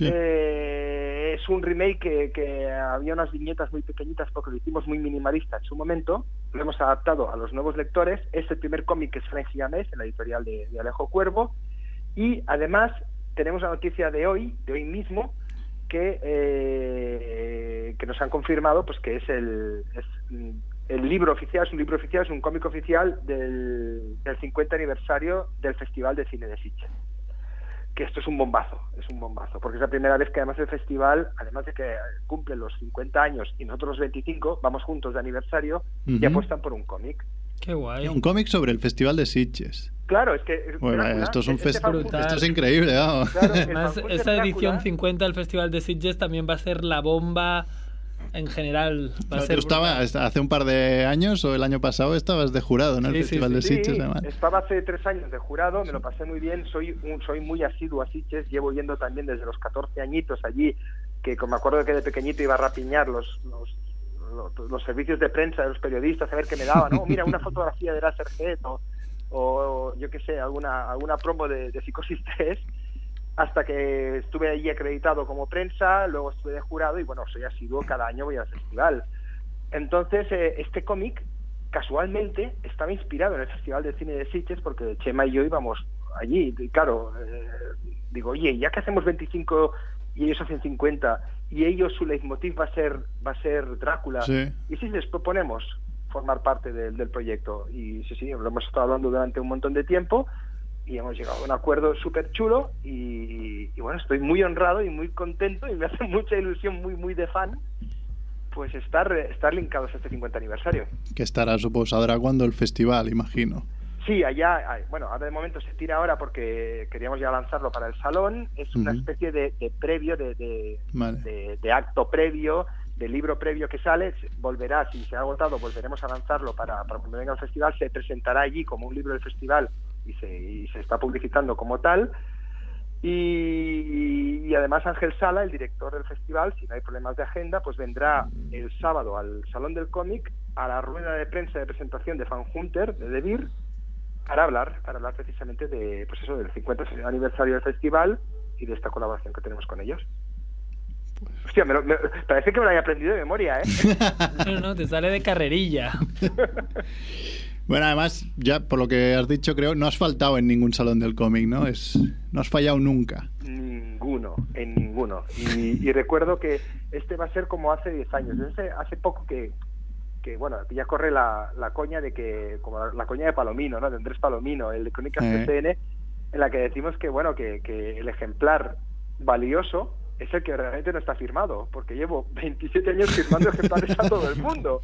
Eh, es un remake que, que había unas viñetas muy pequeñitas porque lo hicimos muy minimalista en su momento. Lo hemos adaptado a los nuevos lectores. Es el primer cómic que es Frank Giamés, en la editorial de, de Alejo Cuervo. Y además tenemos la noticia de hoy, de hoy mismo, que, eh, que nos han confirmado pues que es el, es, mm, el libro oficial, es un libro oficial, es un cómic oficial del, del 50 aniversario del Festival de Cine de Sitges que esto es un bombazo, es un bombazo, porque es la primera vez que además el festival, además de que cumple los 50 años y nosotros los 25, vamos juntos de aniversario y Ujú. apuestan por un cómic. Qué guay. Un cómic sobre el Festival de Sitges. Claro, es que... Bueno, Drácula, esto es un este fest- Van Hoof- Esto es increíble, vamos. Claro, el Van Además, Hoof de esta Drácula- edición 50 del Festival de Sitges también va a ser la bomba en general. Va a No, ser tú estabas hace un par de años o el año pasado estabas de jurado, ¿no? El Sí, sí, Festival sí. de Sí, Sitges, además. estaba hace tres años de jurado, me lo pasé muy bien, soy un- soy muy asiduo a Sitges, llevo yendo también desde los 14 añitos allí, que como me acuerdo que de pequeñito iba a rapiñar los, los, los- los servicios de prensa de los periodistas a ver qué me daban, ¿no? Mira, una fotografía de Láser Head o, o yo qué sé, alguna, alguna promo de, de Psicosis 3 hasta que estuve allí acreditado como prensa, luego estuve de jurado y bueno, soy asiduo, cada año voy al festival. Entonces, eh, este cómic casualmente estaba inspirado en el Festival de Cine de Sitges porque Chema y yo íbamos allí. Y claro, eh, digo, oye, ya que hacemos 25 y ellos hacen 50 y ellos su leitmotiv va a ser, va a ser Drácula, Sí. ¿y si les proponemos formar parte del, del proyecto? Y sí, sí, lo hemos estado hablando durante un montón de tiempo y hemos llegado a un acuerdo súper chulo y, y bueno, estoy muy honrado y muy contento y me hace mucha ilusión, muy, muy de fan, pues estar, estar linkados a este 50 aniversario. Que estará, supongo, ahora cuando el festival, imagino. Sí, allá, ay, bueno, ahora de momento se tira ahora porque queríamos ya lanzarlo para el salón. Es una Ujú. especie de, de previo, de, de- Vale. de- de acto previo, de libro previo que sale. Se- Volverá, si se ha agotado, volveremos a lanzarlo para, para cuando venga al festival. Se presentará allí como un libro del festival y se, y se está publicitando como tal. Y, y además Ángel Sala, el director del festival, si no hay problemas de agenda, pues vendrá el sábado al Salón del Cómic a la rueda de prensa de presentación de Fan Hunter, de Debir, para hablar, para hablar precisamente de, pues eso, del 50 aniversario del festival y de esta colaboración que tenemos con ellos. Hostia, me lo- me- parece que me lo haya aprendido de memoria, ¿eh? No, no, te sale de carrerilla. Bueno, además, ya por lo que has dicho, creo, no has faltado en ningún salón del cómic, ¿no? Es, no has fallado nunca. ninguno, en ninguno. Y, y recuerdo que este va a ser como hace 10 años. Hace, hace poco que, que, bueno, ya corre la, la coña de que, como la, la coña de Palomino, ¿no? De Andrés Palomino, el de Crónicas Eh. TCN, en la que decimos que, bueno, que, que el ejemplar valioso es el que realmente no está firmado, porque llevo 27 años firmando ejemplares a todo el mundo.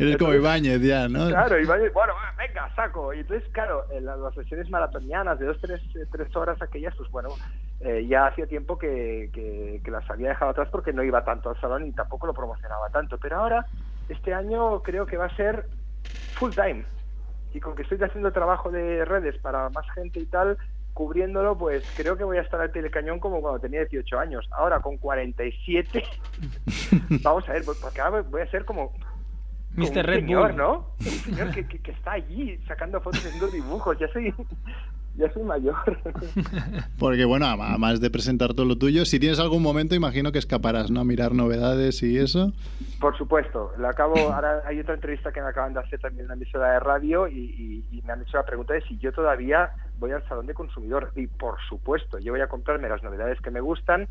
Eres como Ibáñez ya, ¿no? Claro, y va a decir, bueno, va, venga, saco. Y entonces, claro, en las, las sesiones maratonianas de dos, tres, eh, tres horas aquellas, pues bueno, eh, ya hacía tiempo que, que- que las había dejado atrás porque no iba tanto al salón y tampoco lo promocionaba tanto. Pero ahora, este año creo que va a ser full time. Y con que estoy haciendo trabajo de redes para más gente y tal, cubriéndolo, pues creo que voy a estar al pie del cañón como cuando tenía 18 años. Ahora con 47, vamos a ver, porque ahora voy a ser como Mr. como un Red señor, Bull. ¿no? Un señor que, que- que está allí sacando fotos, haciendo dibujos. Ya soy, ya soy mayor. Porque, bueno, a- además de presentar todo lo tuyo, si tienes algún momento, imagino que escaparás, ¿no? A mirar novedades y eso. Por supuesto. Lo acabo, ahora hay otra entrevista que me acaban de hacer también en una emisora de radio y, y- y me han hecho la pregunta de si yo todavía voy al salón de consumidor. Y por supuesto, yo voy a comprarme las novedades que me gustan,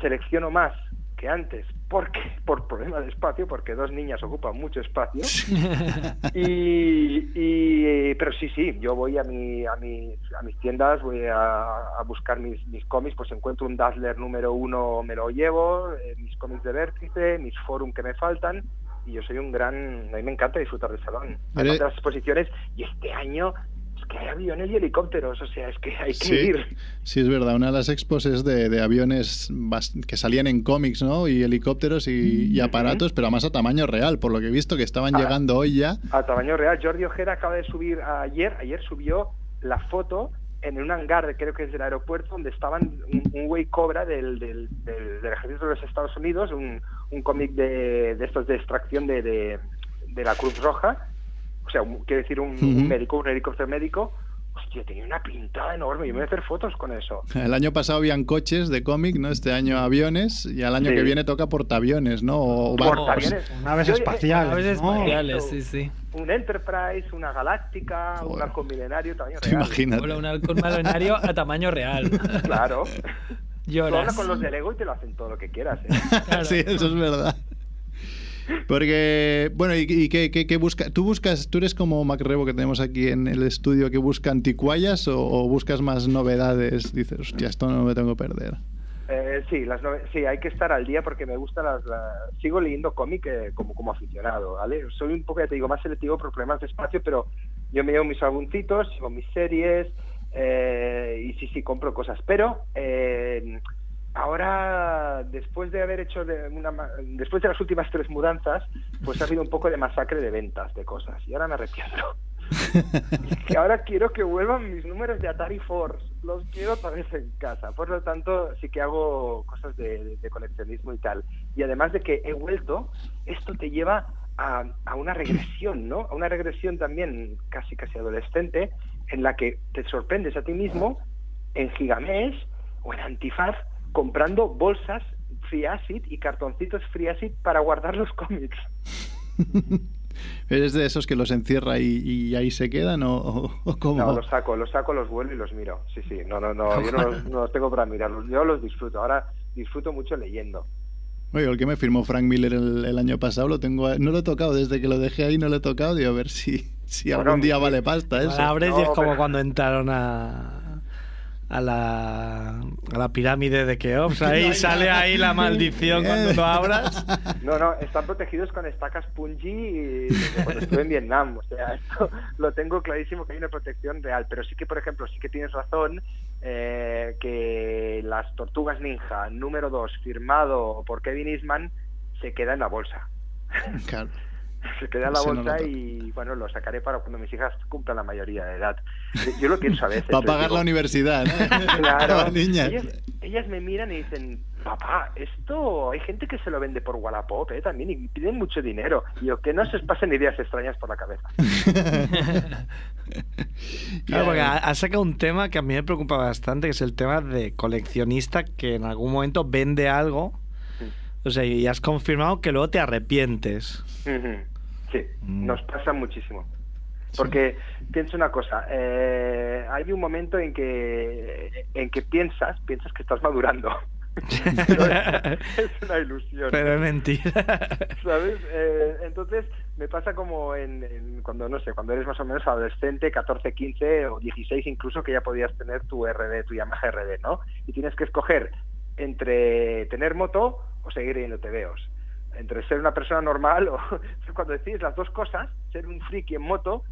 selecciono más que antes, porque por problema de espacio, porque dos niñas ocupan mucho espacio. y, y- pero sí sí yo voy a mi a mis a mis tiendas voy a, a buscar mis, mis cómics pues encuentro un Dazzler número uno me lo llevo eh, mis cómics de vértice mis forum que me faltan y yo soy un gran a mí me encanta disfrutar del salón Eres- Además de las exposiciones y este año es que hay aviones y helicópteros, o sea, es que hay que Sí, ir. sí, es verdad. Una de las expos es de, de aviones bas- que salían en cómics, ¿no? Y helicópteros y, y aparatos, pero además a tamaño real, por lo que he visto que estaban Ah. llegando hoy ya. A tamaño real, Jordi Ojeda acaba de subir ayer, ayer subió la foto en un hangar, creo que es del aeropuerto, donde estaban un, un güey cobra del, del, del- del ejército de los Estados Unidos, un, un cómic de, de estos de extracción de, de, de la Cruz Roja, o sea, un- quiero decir, un, un Ujú. médico, un helicóptero médico. Hostia, tenía una pintada enorme, yo me voy a hacer fotos con eso. El año pasado habían coches de cómic, ¿no? Este año aviones y al año Sí. que viene toca portaaviones, ¿no? O, o barcos. Portaaviones. Naves Yo- eh, espaciales. Naves ¿no? espaciales, sí, sí. Un Enterprise, una Galáctica, un arco milenario, tamaño Tú real. Imagínate. Mola un halcón malonario a tamaño real. Claro. Tú hablas Lloras. con los de Lego y te lo hacen todo lo que quieras. ¿eh? Claro. Sí, eso es verdad. Porque, bueno, ¿y, y qué, qué- qué busca? ¿Tú buscas, tú eres como Mac Rebo que tenemos aquí en el estudio que busca anticuallas o, o buscas más novedades? Dices, hostia, esto no me tengo que perder. Eh, sí, las nove- sí, hay que estar al día porque me gusta las... la- Sigo leyendo cómic eh, como, como aficionado, ¿vale? Soy un poco, ya te digo, más selectivo por problemas de espacio, pero yo me llevo mis abuncitos, llevo mis series eh, y sí, sí, compro cosas. Pero eh, ahora, después de haber hecho de una... ma- Después de las últimas tres mudanzas, pues ha habido un poco de masacre de ventas de cosas y ahora me arrepiento. que ahora quiero que vuelvan mis números de Atari Force. Los quiero otra vez en casa. Por lo tanto, sí que hago cosas de, de- de coleccionismo y tal. Y además de que he vuelto, esto te lleva a, a una regresión, ¿no? A una regresión también casi casi adolescente, en la que te sorprendes a ti mismo en Gigamesh o en Antifaz comprando bolsas FreeAcid y cartoncitos FreeAcid para guardar los cómics. ¿Eres de esos que los encierra y, y ahí se quedan o, o- o cómo? No, los saco, los saco, los vuelo y los miro. Sí, sí, no, no, no, yo no los, no los tengo para mirarlos, yo los disfruto. Ahora disfruto mucho leyendo. Oye, el que me firmó Frank Miller el, el año pasado, lo tengo, no lo he tocado, desde que lo dejé ahí no lo he tocado, digo, a ver si, si Bueno, algún día sí. vale pasta eso. La abres y es No, como pero- cuando entraron a, a, la, a la pirámide de Keops. Ahí sale ahí la maldición Eh, cuando lo abras. No, no, están protegidos con estacas punji y desde cuando estuve en Vietnam. O sea, esto lo tengo clarísimo que hay una protección real. Pero sí que, por ejemplo, sí que tienes razón eh, que las tortugas ninja número 2, firmado por Kevin Eastman, se queda en la bolsa. Claro. se queda en la Ese no lo bolsa toco. y bueno, lo sacaré para cuando mis hijas cumplan la mayoría de edad. Yo lo pienso a veces. Para les pagar la digo, universidad, ¿no? Claro. Niñas. Ellas, ellas me miran y dicen, papá, esto hay gente que se lo vende por Wallapop ¿eh? también y piden mucho dinero. Y yo, que no se os pasen ideas extrañas por la cabeza. Claro, porque ha, ha sacado un tema que a mí me preocupa bastante, que es el tema de coleccionista que en algún momento vende algo. Sí. O sea, y has confirmado que luego te arrepientes. Ujú. Sí, Mm. nos pasa muchísimo. Porque pienso una cosa, eh, hay un momento en que en que piensas, piensas que estás madurando. Pero es, es una ilusión. Pero es mentira. ¿Sabes? Eh, entonces me pasa como en, en cuando, no sé, cuando eres más o menos adolescente, 14, 15 o 16 incluso, que ya podías tener tu RD, tu Yamaha RD, ¿no? Y tienes que escoger entre tener moto o seguir yendo TVOs. Entre ser una persona normal o cuando decides las dos cosas, ser un friki en moto,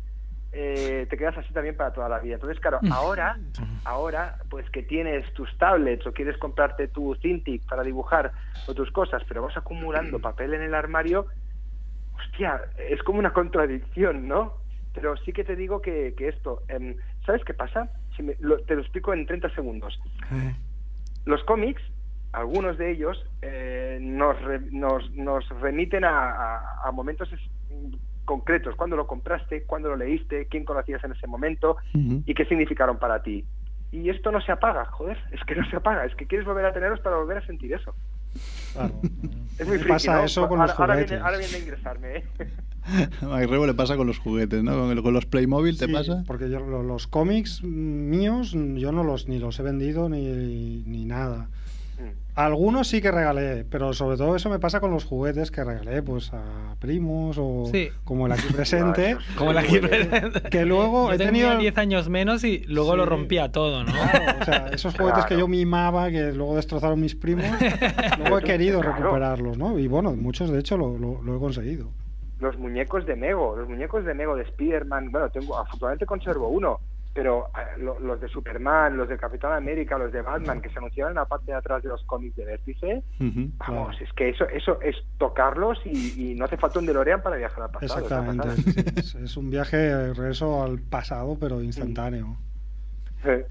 eh, te quedas así también para toda la vida. Entonces, claro, ahora, ahora, pues que tienes tus tablets o quieres comprarte tu Cintiq para dibujar o tus cosas, pero vas acumulando papel en el armario, hostia, es como una contradicción, ¿no? Pero sí que te digo que, que esto, em, ¿sabes qué pasa? Si me- lo- te lo explico en 30 segundos. Eh. Los cómics, algunos de ellos, eh, nos, re- nos, nos remiten a, a- a momentos es- concretos, cuándo lo compraste, cuándo lo leíste, quién conocías en ese momento Mm. Ujú. y qué significaron para ti. Y esto no se apaga, joder, es que no se apaga, es que quieres volver a tenerlos para volver a sentir eso. Claro. Es muy Me friki, pasa ¿no? eso con ahora, los ahora juguetes. viene, ahora viene a ingresarme, ¿eh? A Rebo le pasa con los juguetes, ¿no? Con, el- con los Playmobil te Sí, pasa. Porque yo lo- los cómics míos, yo no los ni los he vendido ni, ni nada. Mm, Algunos sí que regalé, pero sobre todo eso me pasa con los juguetes que regalé pues a primos o Sí. como el aquí presente, Mm. Como la Muy bien. que luego Yo he tenido tenía 10 años menos y luego Sí. lo rompía todo, ¿no? Claro, o sea, esos juguetes que Claro. yo mimaba, que luego destrozaron mis primos, luego he querido Claro. recuperarlos, ¿no? Y bueno, muchos de hecho lo, lo- lo he conseguido. Los muñecos de Mego, los muñecos de Mego de Spiderman, bueno, tengo, afortunadamente conservo uno, pero eh, lo- los de Superman, los de Capitán América, los de Batman, que se anunciaron en la parte de atrás de los cómics de Vértice, Ujú, claro. vamos, es que eso eso es tocarlos y, y no hace falta un DeLorean para viajar al pasado. es una Exactamente. pasada. sí, sí. Es, es un viaje de regreso al pasado, pero instantáneo.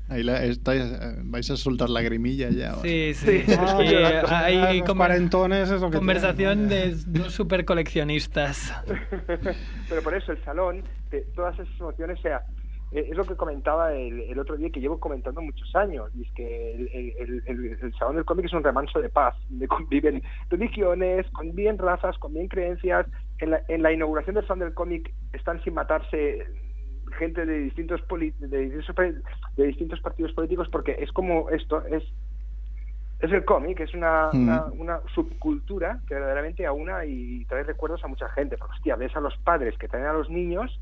Ahí la- estáis- eh, vais a soltar lagrimilla ya. ahora. Sí, sí. Ah, Es que los- hay los como- cuarentones es lo que Conversación tienen, ¿no? de dos super coleccionistas. Pero por eso el salón, de todas esas emociones, o sea, eh, es lo que comentaba el, el otro día que llevo comentando muchos años, y es que el, el- el- el- el salón del cómic es un remanso de paz, donde conviven religiones, conviven razas, conviven creencias. En la, en la inauguración del salón del cómic están sin matarse gente de distintos, poli- de distintos pa- de distintos partidos políticos porque es como esto es es el cómic, es una, Mm. una, una subcultura que verdaderamente aúna y trae recuerdos a mucha gente. Porque, hostia, ves a los padres que traen a los niños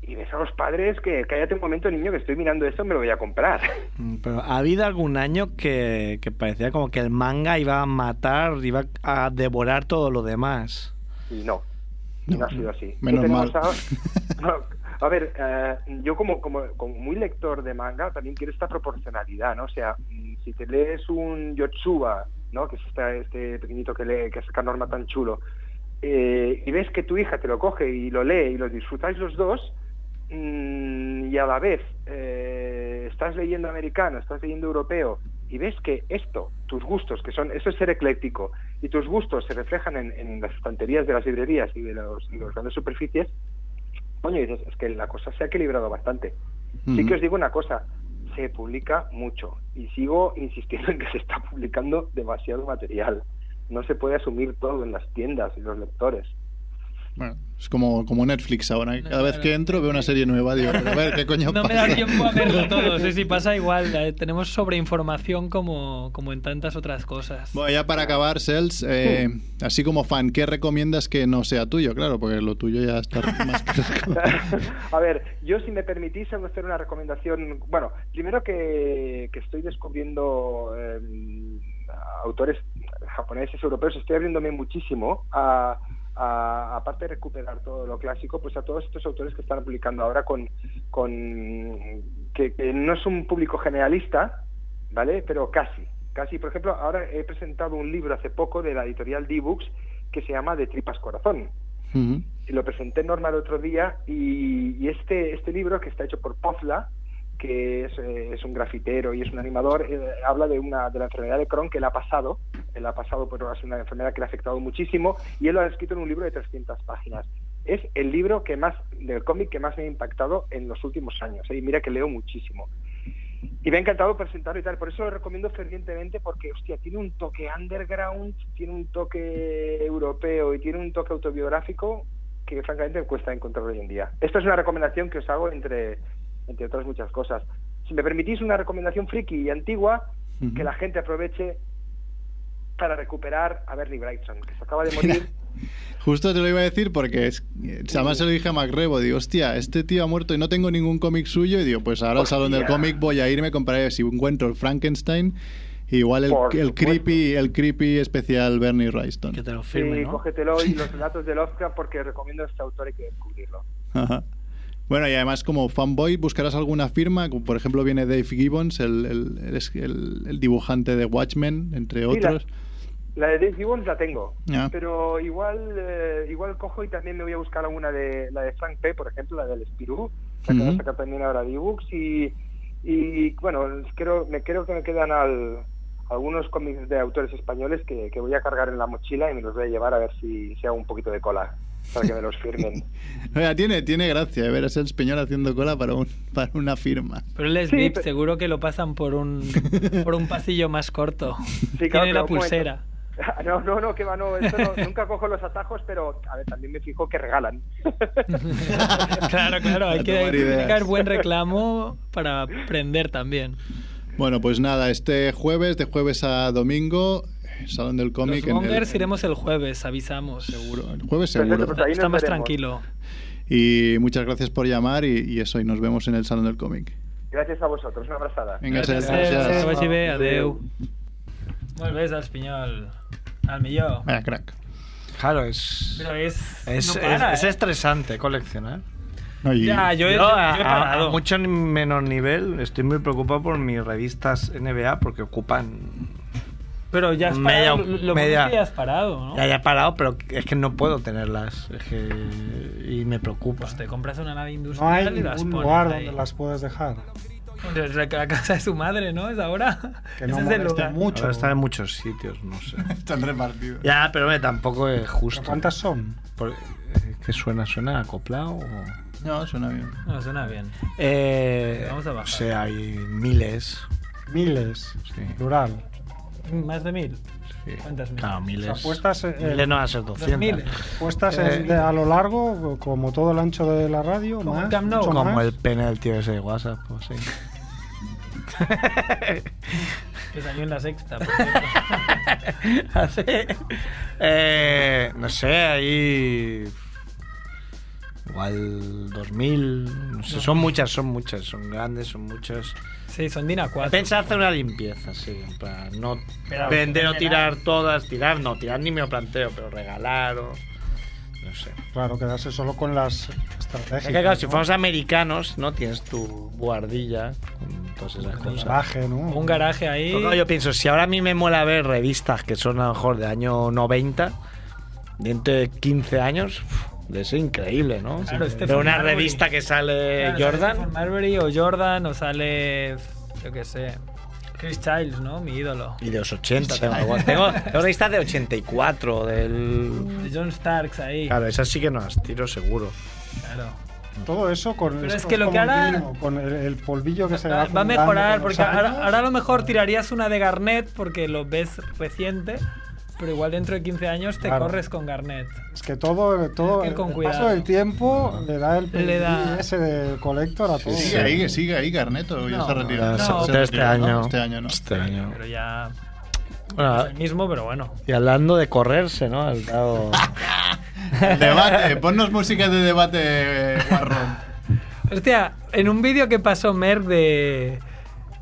y ves a los padres que, cállate un momento, niño, que estoy mirando esto, me lo voy a comprar. Mm, Pero ha habido algún año que, que parecía como que el manga iba a matar, iba a devorar todo lo demás. Y no, No, no, ha sido así. ¿Qué Menos mal. tenemos ahora? A ver, eh, yo como, como, como muy lector de manga también quiero esta proporcionalidad, ¿no? O sea, mm, si te lees un Yotsuba, ¿no? Que es esta- este pequeñito que lee, que saca norma tan chulo, eh, y ves que tu hija te lo coge y lo lee y lo disfrutáis los dos, mm, y a la vez eh, estás leyendo americano, estás leyendo europeo, y ves que esto, tus gustos, que son, eso es ser ecléctico, y tus gustos se reflejan en, en las estanterías de las librerías y de los, y las grandes superficies, coño, dices, es que la cosa se ha equilibrado bastante. Sí Ujú. que os digo una cosa, se publica mucho y sigo insistiendo en que se está publicando demasiado material. No se puede asumir todo en las tiendas y los lectores. Bueno, es como, como Netflix ahora. que Cada vez que entro veo una serie nueva. Digo, a ver, ¿qué coño No me pasa? da tiempo a verlo todo. Sí, sí, pasa igual. eh, Tenemos sobreinformación como, como en tantas otras cosas. Bueno, ya para acabar, Sels, eh, Uh. así como fan, ¿qué recomiendas que no sea tuyo? Claro, porque lo tuyo ya está más que A ver, yo si me permitís os voy a hacer una recomendación. Bueno, primero que, que estoy descubriendo eh, autores japoneses, europeos, estoy abriéndome muchísimo a, a- aparte de recuperar todo lo clásico, pues a todos estos autores que están publicando ahora con, con que, que no es un público generalista, ¿vale? Pero casi, casi. Por ejemplo, ahora he presentado un libro hace poco de la editorial D-Books que se llama De tripas corazón Ujú. y lo presenté en Norma el otro día y, y este, este libro que está hecho por Pozla, que es, eh, es un grafitero y es un animador, eh, habla de, una, de la enfermedad de Crohn que le ha pasado, él ha pasado por es una enfermedad que le ha afectado muchísimo y él lo ha escrito en un libro de 300 páginas. Es el libro que más del cómic que más me ha impactado en los últimos años. ¿eh? Y mira que leo muchísimo. Y me ha encantado presentarlo y tal. Por eso lo recomiendo fervientemente porque, hostia, tiene un toque underground, tiene un toque europeo y tiene un toque autobiográfico que francamente cuesta encontrar hoy en día. Esta es una recomendación que os hago entre, entre otras muchas cosas. Si me permitís una recomendación friki y antigua, Ujú. que la gente aproveche para recuperar a Bernie Brightson, que se acaba de morir. Justo te lo iba a decir porque es, eh, además se lo dije a MacRebo. Digo, hostia, este tío ha muerto y no tengo ningún cómic suyo. Y digo, pues ahora al salón del Hostia. cómic voy a irme, compraré si encuentro el Frankenstein. Igual el, Por el supuesto. creepy, el creepy especial Bernie Wrightson. Que te lo firme, Sí, ¿no? cógetelo y los relatos de Lovecraft porque recomiendo a este autor hay que descubrirlo. Ajá. Bueno, y además como fanboy buscarás alguna firma, como por ejemplo viene Dave Gibbons, el, el- es- el- el dibujante de Watchmen, entre Sí, la- otros. Ah. La de Dave Gibbons la tengo, Ya. pero igual eh, igual cojo y también me voy a buscar alguna de la de Frank P, por ejemplo, la del Spirou, que acaba Ujú. de sacar también ahora de ebooks y, y bueno, creo me creo que me quedan al- algunos cómics de autores españoles que, que voy a cargar en la mochila y me los voy a llevar a ver si, si hago un poquito de cola para que me los firmen. Oiga, tiene, tiene gracia ¿eh? ver a Sels Peñol haciendo cola para, un- para una firma. Pero el Sí, slip pero- seguro que lo pasan por un, por un pasillo más corto. Tiene Sí, claro, pero la un momento. pulsera. No, no, no, que va, no, eso no, nunca cojo los atajos, pero a ver, también me fijo que regalan. claro, claro, hay A que, tomar hay que ideas. dedicar buen reclamo para aprender también. Bueno, pues nada, este jueves, de jueves a domingo, Salón del Los Cómic. en el- Bongers iremos el jueves, avisamos. Seguro, el jueves Perfecto, seguro. pues ahí Está nos más veremos. tranquilo. Y muchas gracias por llamar y, y eso, y nos vemos en el Salón del Cómic. Gracias a vosotros, una abrazada. Vinga, Sels, Adeu, gràcies. que vagi bé, adeu. Molt bé, els Pinyol. El millor. Vaya crack. Claro, es, Però és... es, no para, es- es eh? estresante coleccionar. No, y- Ya, yo he- yo he a- a- parado. a mucho ni- menor nivel estoy muy preocupado por mis revistas NBA porque ocupan. Pero ya has Media- parado. Lo, media- lo bueno es que ya has parado, ¿no? Ya, ya he parado, pero es que no puedo tenerlas. es que- Y me preocupa. Pues Te compras una nave No hay industrial y las ningún pones lugar ahí. donde las puedes dejar. Desde la casa de su madre, ¿no? Es ahora. Que Ese no es el moleste lugar. mucho. Ahora está en muchos sitios, no sé. Están repartidos. Ya, pero hombre, tampoco es justo. ¿Pero ¿Cuántas son? Por- eh, ¿Qué suena? ¿Suena acoplado? o...? No, suena bien. No, suena bien. Eh, Vamos a bajar. O sea, hay miles. Miles. Sí, Plural. Más de mil. sí. ¿Cuántas miles? Claro, miles. O sea, puestas, eh, miles no van a ser 200. miles. Puestas Eh, en- de- a lo largo, como todo el ancho de la radio, Como más, el Camp Nou. mucho Como más. el pene del tío ese de WhatsApp, pues sí. Que salió en la sexta. por cierto. Hace- eh, no sé, ahí. Igual 2000. No sé, son muchas, son muchas. Son grandes, son muchas. sí, son Dina 4. Pensa hacer una limpieza, sí. en plan, no Pero vender o regalar. tirar todas. Tirar, no, tirar ni me lo planteo, pero regalar o. No sé. Claro, quedarse solo con las Es estrategias. que, claro, ¿no? si fuéramos americanos, ¿no? Tienes tu guardilla con todas esas Un cosas. garaje, ¿no? Un garaje ahí. Pero claro, yo pienso, si ahora a mí me mola ver revistas que son a lo mejor de año 90, dentro de 15 años, uf, debe ser increíble, ¿no? Claro, Stephen Pero una Marbury. revista que sale Claro, Eh, este sale Stephen Jordan. Marbury o Jordan o sale. Yo qué sé. Chris Childs, ¿no? Mi ídolo. Y de los 80 tengo, igual. tengo, tengo revistas de 84, del... De John Starks ahí. Claro. Claro, esas sí que no las tiro seguro. Todo eso con, Pero esto es que lo como que el ahora- vino, con el, el polvillo que se Va, va va a mejorar acumulando con los porque ahora, años. ahora a lo mejor tirarías una de Garnet porque lo ves reciente, pero igual dentro de 15 años te Claro. corres con Garnet. Es que todo, Hay todo que ir el con el cuidado. paso del tiempo le da el Le da- polvillo ese de colector a todo. Sigue ahí, que sigue ahí, Garneto. Ya se ha retirado. Ya, no, se- Se este, ha retirado, año, ¿no? Este año no. Este año. Pero ya Bueno, es el mismo, pero bueno. y hablando de correrse, ¿no? Has dado- El debate. Ponnos música de debate, eh, Guarrón. Hostia, en un vídeo que pasó Merck de,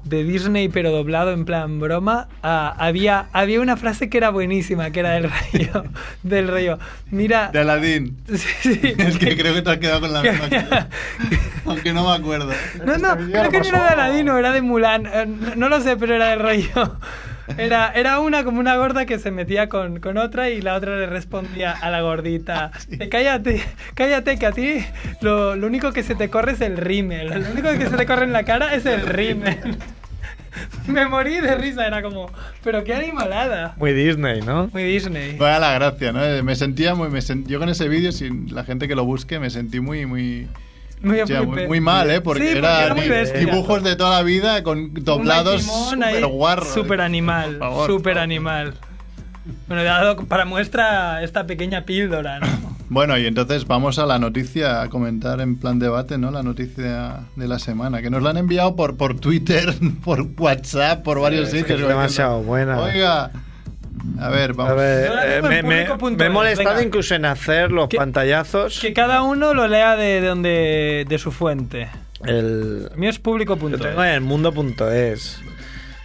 de Disney pero doblado en plan broma, ah, había, había una frase que era buenísima, que era del rayo, del rayo. Mira, De Aladín. sí, sí. Es que creo que te has quedado con la que misma. había- actitud. Aunque no me acuerdo. No, no, Este creo vídeo que no pasó. era de Aladino, era de Mulan. eh, no- No lo sé, pero era del rollo. Era, era una como una gorda que se metía con, con otra y la otra le respondía a la Ah, gordita. "Eh, Cállate, cállate, que a ti lo, lo único que se te corre es el rímel. Lo único que se te corre en la cara es el rímel. Me morí de risa, era como, pero qué animalada. Muy Disney, ¿no? Muy Disney. Vaya la gracia, ¿no? Eh, Me sentía muy. Me sent- Yo con ese vídeo, sin la gente que lo busque, me sentí muy, muy. Muy, o sea, muy, pe- muy mal, ¿eh? Sí, Porque, era eran muy bestia. dibujos de toda la vida con doblados timón ahí, super guarros. Super animal, Por favor, super por favor. animal. Bueno, he dado para muestra esta pequeña píldora, ¿no? Bueno, y entonces vamos a la noticia, a comentar en plan debate, ¿no? La noticia de la semana, que nos la han enviado por, por Twitter, por WhatsApp, por varios es que sitios. es demasiado Diciendo, buena. Oiga, a ver, vamos. A ver, Yo la eh, tengo me, en me- público.es, me he molestado venga. incluso en hacer los Que- pantallazos. Que cada uno lo lea de, de donde de su fuente. El, El mío es público punto Lo tengo en el mundo.es.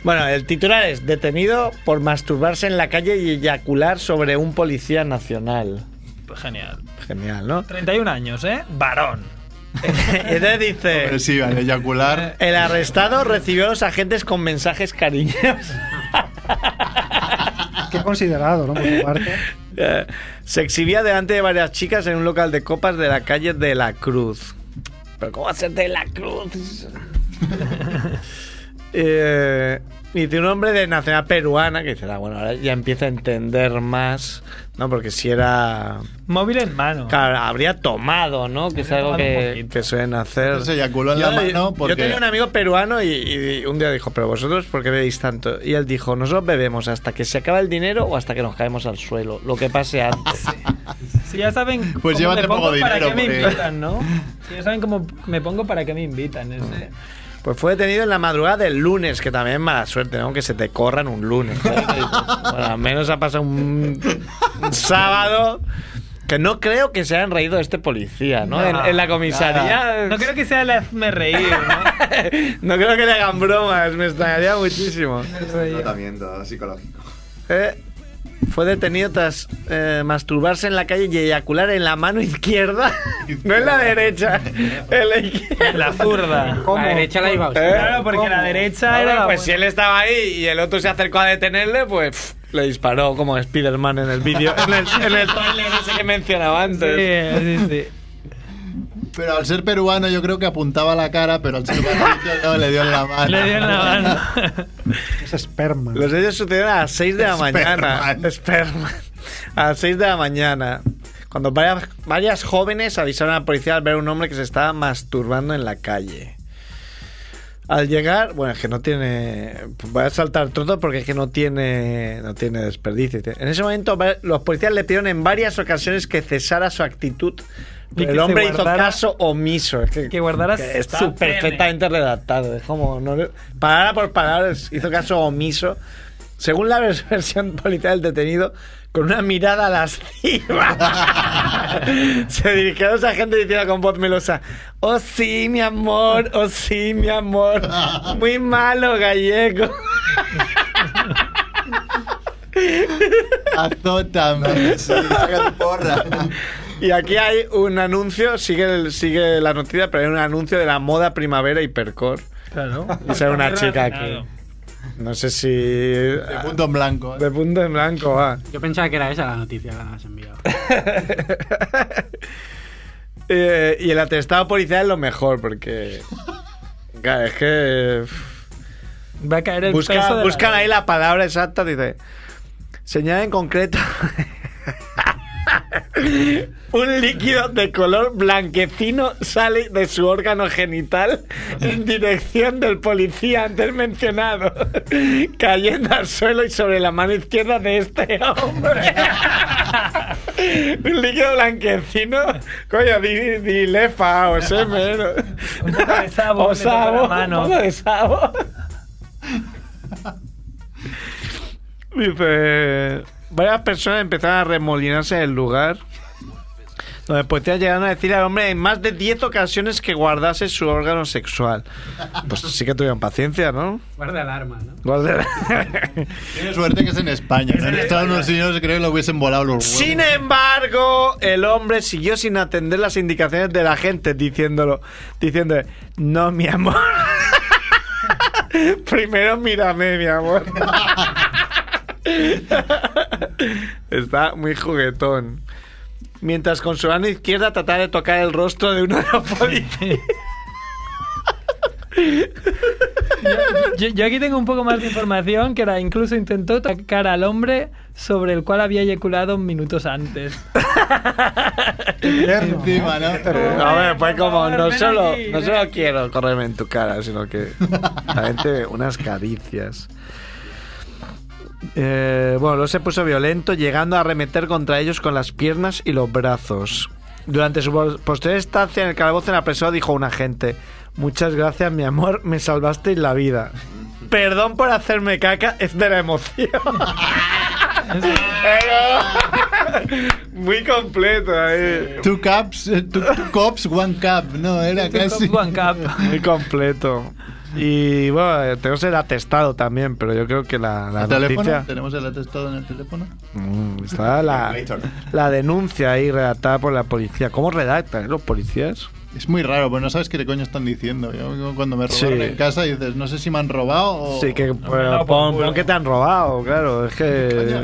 Bueno, el titular es Detenido por masturbarse en la calle y eyacular sobre un policía nacional. es. Pues Genial. Genial, ¿no? 31 años, ¿eh? Varón. Entonces dice... Hombre, Pues Sí, al eyacular. El arrestado recibió a los agentes con mensajes cariñosos. Qué considerado, ¿no? Por tu parte. Eh, Se exhibía delante de varias chicas en un local de copas de la calle de la Cruz. ¿Pero cómo va a ser de la Cruz? eh, dice un hombre de nacional peruana que dice, "Ah, bueno, ahora ya empieza a entender más, ¿no? Porque si era... Móvil en mano. Claro, habría tomado, ¿no? Que es algo que, que suelen hacer. pues Se eyaculó en la mano porque- Yo tenía un amigo peruano y, y un día dijo, pero vosotros, ¿por qué bebéis tanto? Y él dijo, nosotros bebemos hasta que se acaba el dinero o hasta que nos caemos al suelo, lo que pase antes. Si ya saben Pues cómo llévate me pongo poco para dinero, qué me porque- invitan, ¿no? Si ya saben cómo me pongo para qué me invitan. Ese. Pues fue detenido en la madrugada del lunes, que también es mala suerte, ¿no? Que se te corran un lunes. ¿sabes? Que dices, Bueno, al menos ha pasado un, un sábado. Que no creo que se hayan reído de este policía, ¿no? en, en la comisaría. No creo que sea el hazme reír, ¿no? No creo que le hagan bromas, me extrañaría muchísimo. El rollo. Tratamiento psicológico. Eh, Fue detenido tras eh, masturbarse en la calle y eyacular en la mano izquierda, no en la derecha, en la izquierda. La zurda. La derecha la iba a usar. Claro, porque la derecha Ahora, era. la ¿Eh? pues buena. si él estaba ahí y el otro se acercó a detenerle, pues pff, le disparó como Spider-Man en el vídeo, en el, en el trailer ese que mencionaba antes. Sí, sí, sí. Pero al ser peruano yo creo que apuntaba la cara, pero al ser peruano no, le dio en la mano. Le dio en la mano. Es esperma. Los hechos sucedieron a las 6 de la Sperman. mañana. Sperman. A las 6 de la mañana. Cuando varias, varias jóvenes avisaron a la policía al ver a un hombre que se estaba masturbando en la calle. Al llegar, bueno, es que no tiene. Voy a saltar todo porque es que no tiene, no tiene desperdicio. En ese momento, va- los policías le pidieron en varias ocasiones que cesara su actitud. Y Pero que el se hombre hizo guardara- caso omiso. Es que, que guardaras que está su pene. perfectamente redactado. Es como. No, le- palabra por palabra es- hizo caso omiso. Según la vers- versión policial del detenido, con una mirada lasciva. Se dirigió a esa gente diciendo con voz melosa: Oh, sí, mi amor, oh, sí, mi amor. Muy malo, gallego. Azótame. Sí, saca tu porra. Y aquí hay un anuncio, sigue, el- sigue la noticia, pero hay un anuncio de la moda primavera hipercore. Claro. Y sale una chica aquí. Claro. No sé si. De De punto en blanco. ¿eh? De punto en blanco, va. Yo pensaba que era esa la noticia que has enviado. Eh, y el atestado policial es lo mejor, porque. Claro, es que. Va a caer el Busca- peso de buscan la... ahí la palabra exacta, dice. Señala en concreto. Un líquido de color blanquecino sale de su órgano genital en dirección del policía antes mencionado, cayendo al suelo y sobre la mano izquierda de este hombre. Un líquido blanquecino, coño, di, di lefa o semen. ¿no? Un poco de sabo, O le toca la sabo, mano. Un poco de sabo. Dice, varias personas empezaron a remolinarse del lugar. Los policías llegaron a decir al hombre en más de 10 ocasiones que guardase su órgano sexual. Pues sí que tuvieron paciencia, ¿no? Guarda el arma, ¿no? Guarda- Tiene suerte que es en España. ¿no? En Estados Unidos creo que lo hubiesen volado los huevos. Sin embargo, el hombre siguió sin atender las indicaciones de la gente, diciéndolo, diciendo, no, mi amor. Primero mírame, mi amor. Está muy juguetón. Mientras con su mano izquierda trataba de tocar el rostro de uno de los policías. Yo, yo aquí tengo un poco más de información que era incluso intentó atacar al hombre sobre el cual había eyaculado minutos antes. Tierno, Encima, ¿no? A ver, pues por como favor, no ven solo, aquí, no ven solo aquí. quiero correrme en tu cara, sino que realmente unas caricias. Eh, bueno, luego se puso violento, llegando a arremeter contra ellos con las piernas y los brazos. Durante su pos- posterior estancia en el calabozo en la presión dijo un agente: Muchas gracias, mi amor, me salvasteis la vida. Perdón por hacerme caca, es de la emoción. Muy completo ahí. Two cups, eh, two, two cops, one cup. No, era Ah, casi. One Cup. Muy completo. Y bueno, tenemos el atestado también, pero yo creo que la, la ¿El teléfono? noticia. ¿Tenemos el atestado en el teléfono? Mm, está la, la denuncia ahí redactada por la policía. ¿Cómo redactan eh, los policías? Es muy raro, pues no sabes qué coño están diciendo. Yo cuando me Sí. robaron en casa dices, no sé si me han robado o... Sí, que bueno, Oh. no, por pon, culo. pon que te han robado, claro. Es que.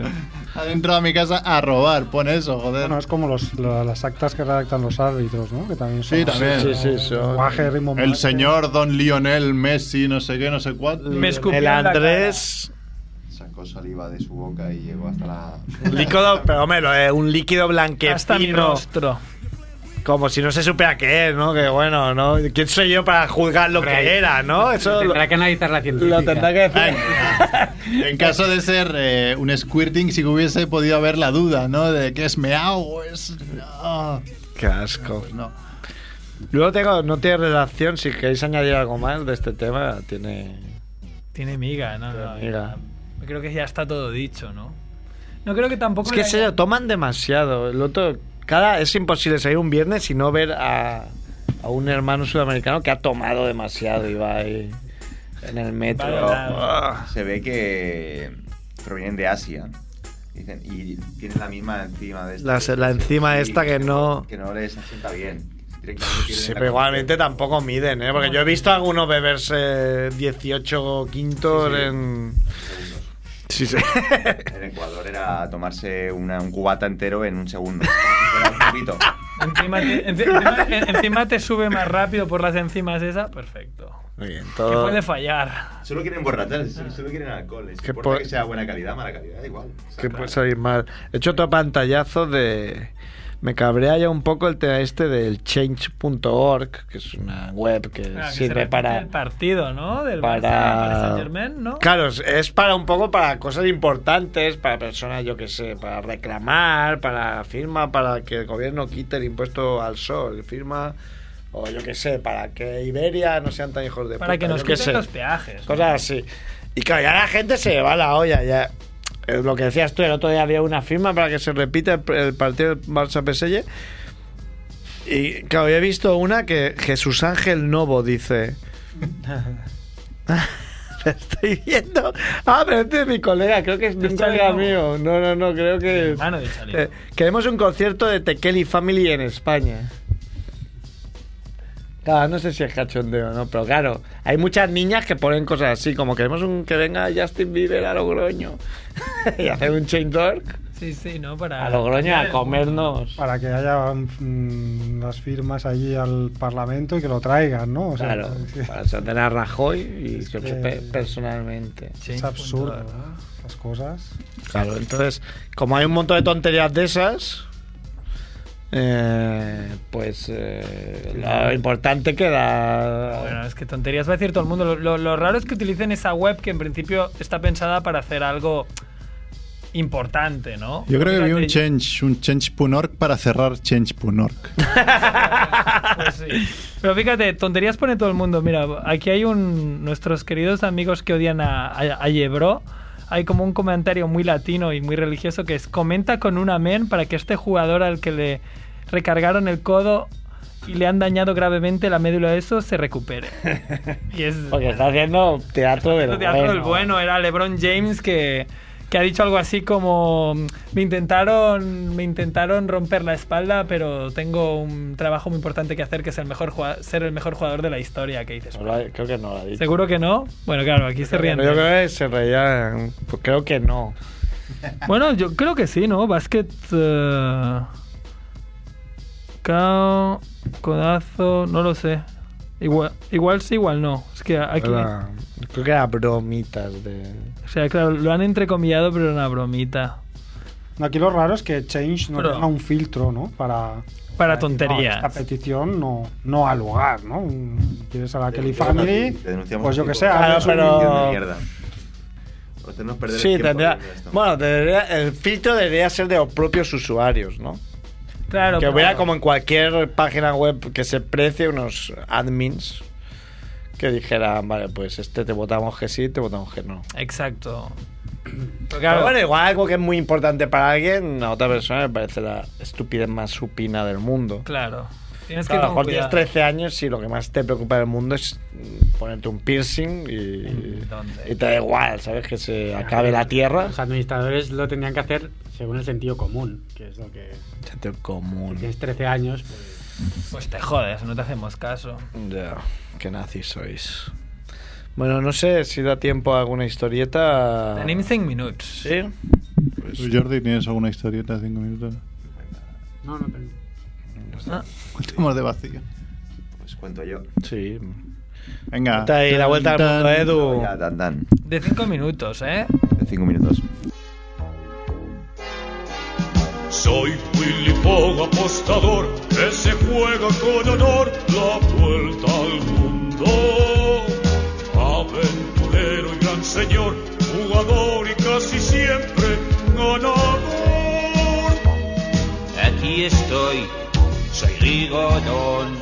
Adentro de mi casa a robar, pon eso, joder. Bueno, es como los, la- las actas que redactan los árbitros, ¿no? Que también son Sí, también. Sí, sí, son- lenguaje rimbombante. El eh. señor Don Lionel Messi, no sé qué, no sé cuál. Me escupió en El la cara. Andrés. Sacó saliva de su boca y llegó hasta la. Líquido, pero hombre, lo- eh, un líquido Hasta mi blanquecino. rostro. Como si no se supiera qué es, ¿no? Que bueno, ¿no? ¿Quién soy yo para juzgar lo Hombre, ahí- que era, no? Eso lo, Tendrá que analizar la científica. lo tendrá que decir. Ay, en caso de ser eh, un squirting, sí que hubiese podido haber la duda, ¿no? De que es meao o es. No. Qué asco. Pues no. Luego tengo, no tiene relación, si queréis añadir algo más de este tema, tiene... Tiene miga, no, no. miga. ya- Creo que ya está todo dicho, ¿no? No creo que tampoco. Es que le se haya- lo toman demasiado. El otro, cada, es imposible salir un viernes y no ver a, a un hermano sudamericano que ha tomado demasiado y va ahí en el metro. Vale, nada. Ah. Se ve que provienen de Asia. Y Dicen, y tiene la misma encima de este La, se- la encima esta que no... que no les asienta bien. Sí, pero igualmente tampoco miden, ¿eh? Porque yo he visto a algunos beberse 18 quintos en... Sí, sí. En Ecuador era tomarse una- un cubata entero en un segundo. Era un cubito. Encima te, ence- encima- en- encima te sube más rápido por las enzimas esa. Perfecto. Muy bien, Que todo... puede fallar. Solo quieren borrachas, solo quieren alcohol. Les Que importa por- que sea buena calidad, mala calidad, da igual. Que pues, eh, puede salir mal. He hecho otro pantallazo de... Me cabrea ya un poco el tema este del change.org, que es una web que Ah, que se sirve repite para... El partido, ¿no? Del para- Saint Germain, ¿no? Claro, es- es para un poco para cosas importantes, para personas, yo que sé, para reclamar, para firma, para que el gobierno quite el impuesto al sol, firma, o yo que sé, para que Iberia no sean tan hijos de Para puta, que nos yo qué sé. quiten los peajes. Cosas así. Y claro, ya la gente se va a la olla. Ya. Eh, Lo que decías tú, el otro día había una firma para que se repita el, el partido del Barça-PSG. Y claro, yo he visto una que Jesús Ángel Novo dice... Estoy viendo... Ah, pero este es mi colega, creo que es un colega mío. No, no, no, creo que... es- Hermano de Chalino. Eh, queremos un concierto de Tekeli Family en España. Claro, no sé si es cachondeo o no, pero claro, hay muchas niñas que ponen cosas así, como queremos un, que venga Justin Bieber a Logroño y hacer un chain door Sí, sí, ¿no? Para... a Logroño a comernos. Para que haya mm, las firmas allí al Parlamento y que lo traigan, ¿no? O sea, Claro, para sostener a Rajoy y yo que pe- personalmente. es absurdo, ¿no? Las cosas. Claro, entonces, como hay un montón de tonterías de esas, eh, pues eh, lo importante queda... Bueno, es que tonterías va a decir todo el mundo. Lo, lo- lo raro es que utilicen esa web que en principio está pensada para hacer algo importante, ¿no? Yo creo que vi un Fíjate, change, un change.org para cerrar change.org. pues sí. Pero fíjate, tonterías pone todo el mundo. Mira, aquí hay un nuestros queridos amigos que odian a, a, a Yebro. Hay como un comentario muy latino y muy religioso que es comenta con un amén para que este jugador al que le recargaron el codo y le han dañado gravemente la médula de eso se recupere. Y es Porque está haciendo teatro del El teatro del bueno. bueno era LeBron James que, que ha dicho algo así como me intentaron me intentaron romper la espalda pero tengo un trabajo muy importante que hacer que es el mejor jua- ser el mejor jugador de la historia que dices No lo ha- creo que no lo ha dicho. seguro que no bueno claro aquí se ríen Pero Yo creo que se reían. Pues creo que no. bueno yo creo que sí no basket eh, cao codazo no lo sé igual igual sí igual no es que aquí Era- creo que era bromitas de. o sea claro lo han entrecomillado pero era una bromita Aquí lo raro es que Change no Pero- tenga un filtro, ¿no? Para, Para decir, no, tonterías. esta petición no, no al lugar, ¿no? Un- Quieres a la Kelly denunciamos Family, aquí, te denunciamos pues yo aquí que por- sé, Claro, hazles un pero- vídeo Mierda, de- mierda. Por hacernos perder el Sí, tiempo tendría. haciendo esto. Bueno, debería- el filtro debería ser de los propios usuarios, ¿no? Claro, que pero- hubiera como en cualquier página web que se precie unos admins que dijeran, vale, pues este te votamos que sí, te votamos que no. Exacto. Pero Pero claro, bueno, igual algo que es muy importante para alguien, a otra persona le parece la estupidez más supina del mundo. claro. Tienes Claro, que a lo tener mejor tienes 13 años y lo que más te preocupa del mundo es mm, ponerte un piercing y, y te da igual, ¿sabes? Que se acabe la tierra. Los administradores lo tendrían que hacer según el sentido común, que es lo que Sentido común. tienes 13 años, pues Pues te jodes, no te hacemos caso. Ya, qué nazis sois. Bueno, no sé si da tiempo a alguna historieta. Tenim 5 minuts. Ah. Sí. Pues, ¿Tú, Jordi, ¿tienes alguna historieta de 5 minutos? no, no tengo. Ah, Estamos de vacío. Pues cuento yo. sí. Venga. Está ahí la vuelta al mundo, ¿eh? Edu. Ya, dan, dan. de 5 minutos, ¿eh? De cinco minutos. Soy Willy Pog, apostador, que se juega con honor la vuelta al mundo. Aventurero y gran señor, jugador y casi siempre ganador. Aquí estoy, soy Rigodón.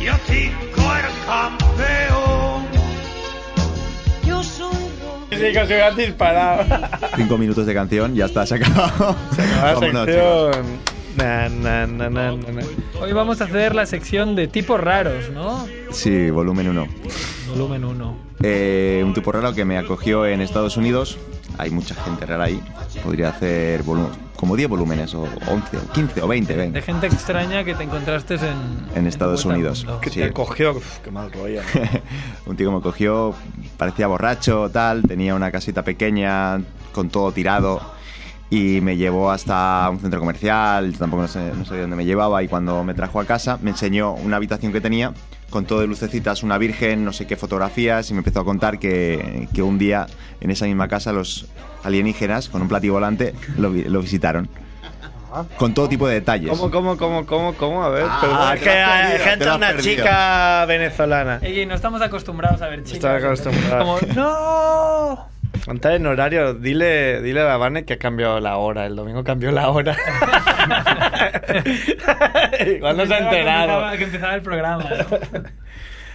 Y aquí el campeón. Yo soy Sí, que se me han disparado. Cinco minutos de canción, ya está, se ha acabado. Se La Vámonos, chicos. pues sección. Na, na, na, na, na, na. Hoy vamos a hacer la sección de tipos raros, ¿no? Sí, volumen uno. Volumen 1. Eh, un tipo raro que me acogió en Estados Unidos Hay mucha gente rara ahí. Podría hacer volu- como 10 volúmenes, o 11, o 15, o 20, venga. De gente extraña que te encontraste en... En Estados Unidos. Que sí. te cogió. Uf, qué mal rollo. un tío que me cogió, parecía borracho, tal, tenía una casita pequeña, con todo tirado, y me llevó hasta un centro comercial, tampoco no sé- no sabía dónde me llevaba, y cuando me trajo a casa me enseñó una habitación que tenía, con todo de lucecitas, una virgen, no sé qué fotografías, y me empezó a contar que, que un día en esa misma casa los alienígenas, con un platillo volante, lo, vi- lo visitaron. Con todo tipo de detalles. ¿Cómo, cómo, cómo, cómo, cómo? A ver, Ah, perdón. te Es lo que has hay perdido, te gente, lo has una perdido. chica venezolana. Ey, no estamos acostumbrados a ver chicas. Estaba ¿eh? acostumbrada. Como, ¡No! Contar en horario, dile, dile a la Vane que ha cambiado la hora. El domingo cambió la hora. Igual no se ha Pensaba que enterado. empezaba- Que empezaba el programa.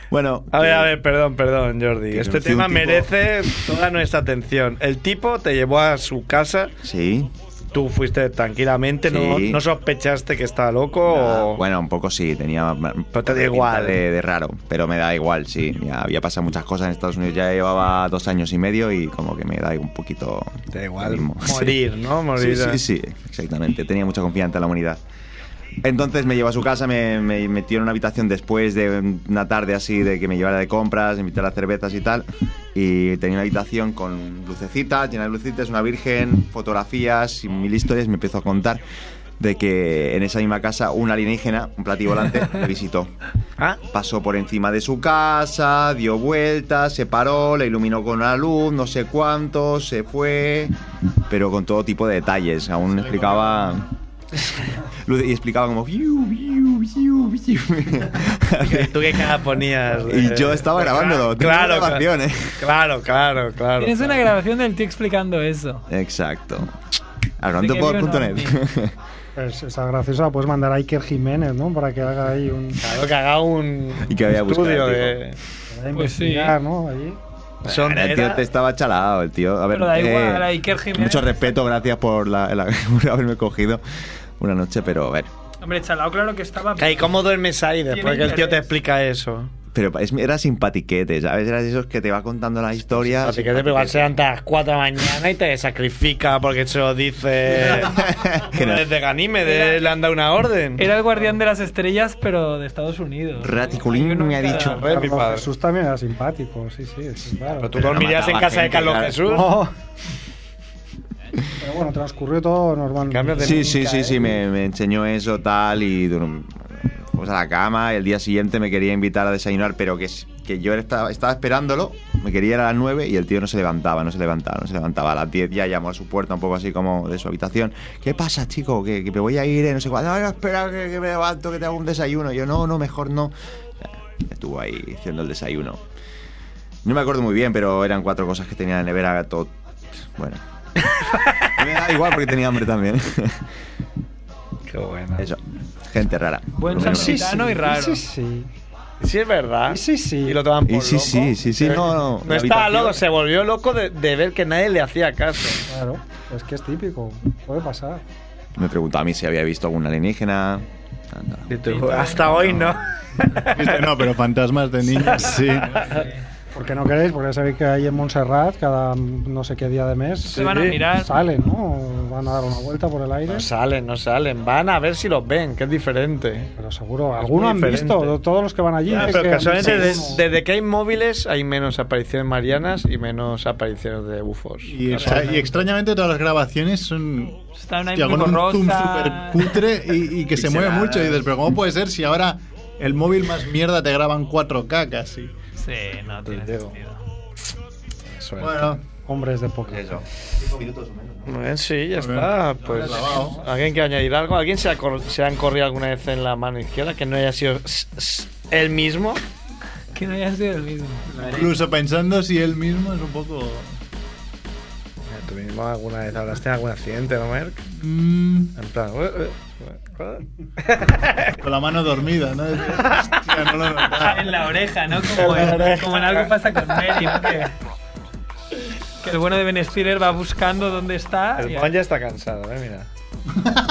Bueno. eh, A ver, a ver, perdón, perdón, Jordi. Este conocí un tema tipo- merece toda nuestra atención. El tipo te llevó a su casa. Sí. Tú fuiste tranquilamente, no, Sí. no sospechaste que estaba loco o. Bueno, un poco sí, tenía. Pero te da igual. De, de raro, pero me da igual, sí. Ya había pasado muchas cosas en Estados Unidos, ya llevaba dos años y medio y como que me da un poquito. Te da lo igual. mismo. Morir, Sí. ¿no? Morir. Sí, sí, sí, exactamente. Tenía mucha confianza en la humanidad. Entonces me llevó a su casa, me, me metió en una habitación después de una tarde así de que me llevara de compras, me invitara a cervezas y tal. Y tenía una habitación con lucecitas, llena de lucecitas, una virgen, fotografías y mil historias. Me empezó a contar de que en esa misma casa un alienígena, un platillo volante, me visitó. Pasó por encima de su casa, dio vueltas, se paró, le iluminó con la luz, no sé cuánto, se fue, pero con todo tipo de detalles. Aún explicaba... Luz- Y explicaba como... "Biu, biu, biu, biu". ¿Tú qué cara ponías? Eh, Y yo estaba grabándolo, tenía Claro, una claro, grabación, ¿eh? claro, claro, claro. Tienes una grabación del tío explicando eso. ¿eh? Exacto. Así que viva Hablando.net. Pues esa graciosa la puedes mandar a Iker Jiménez, ¿no? Para que haga ahí un. Claro que haga un Y que vaya a buscar estudio al tipo. de... Pues sí. ¿no? Allí. Son- Ahora el tío era- te estaba chalado, el tío. A ver, Pero da eh, igual, a Iker Jiménez. Mucho respeto, gracias por, la, la- por haberme cogido una noche, pero a ver. Hombre, chalao, claro que estaba. ¿Y cómo duermes ahí después Tiene que el tío te interés. explica eso? Pero es- era simpatiquete, ¿sabes? Era de esos que te va contando la historia. Así que te igual serán hasta las 4 de la mañana y te sacrifica porque se lo dice. Desde Ganímedes le han dado una orden. Era el guardián de las estrellas, pero de Estados Unidos. Raticulín me ha dicho. mi Carlos padre. Jesús también era simpático, sí, sí, sí, claro. Pero tú dormirías en casa de Carlos Jesús. No. Pero bueno, transcurrió todo normalmente. Sí, sí, ¿eh? sí, sí, me, me enseñó eso, tal, y durm- fuimos a la cama, y el día siguiente me quería invitar a desayunar, pero que, s- que yo estaba, estaba esperándolo, me quería ir a las 9 y el tío no se levantaba, no se levantaba, no se levantaba. A las 10 ya llamó a su puerta, un poco así como de su habitación. ¿Qué pasa, chico? Que, que me voy a ir, eh, no sé cuándo. No, no, espera que, que me levanto, que te hago un desayuno. Y yo, no, no, mejor no. Estuvo ahí haciendo el desayuno. No me acuerdo muy bien, pero eran cuatro cosas que tenía en la nevera, todo... Bueno. me da igual porque tenía hambre también. Qué bueno. Eso. Gente rara. Buen Bueno, samaritano y raro. Sí, sí. Sí, es verdad. Sí, sí. Y lo toman por Y sí, loco. Eh, sí, sí, sí, no, no. No La estaba habitación- loco, se volvió loco de, de ver que nadie le hacía caso. Claro, es que es típico, puede pasar. Me preguntó a mí si había visto algún alienígena. Hasta hoy no. Dijiste, no, pero fantasmas de niños, sí. Porque no queréis, porque ya sabéis que ahí en Montserrat, cada no sé qué día de mes, Se van a Sí. mirar. Salen, ¿no? Van a dar una vuelta por el aire. No salen, no salen. Van a ver si los ven, que es diferente. Pero seguro, Algunos han visto, todos los que van allí. dicen Ah, pero que han casualmente, visto des- uno. desde, que hay móviles, hay menos apariciones marianas y menos apariciones de bufos. Y, extra- y extrañamente todas las grabaciones son Están ahí hostia, muy con un zoom borrosas. súper cutre y, y que se mueve Pixeladas. mucho. Y dices, pero ¿cómo puede ser si ahora el móvil más mierda te graban 4K casi? Sí, no tiene sentido. Bueno. Hombres de poca. Muy bien, sí, ya Muy está. bien. Pues, Lavado. ¿Alguien quiere añadir algo? ¿Alguien se ha, cor- se han corrido alguna vez en la mano izquierda que no haya sido s- s- él mismo? Que no haya sido el mismo. Incluso pensando si él mismo es un poco... ¿Tú mismo alguna vez hablaste de algún accidente, no, Merck? mm, En plan... con la mano dormida, ¿no? Dices, hostia, no lo notaba. En la oreja, ¿no? Como en, como en algo pasa con Mary, ¿no? Que, que el bueno de Ben Stiller va buscando dónde está. El y- Juan ya está cansado, eh, mira.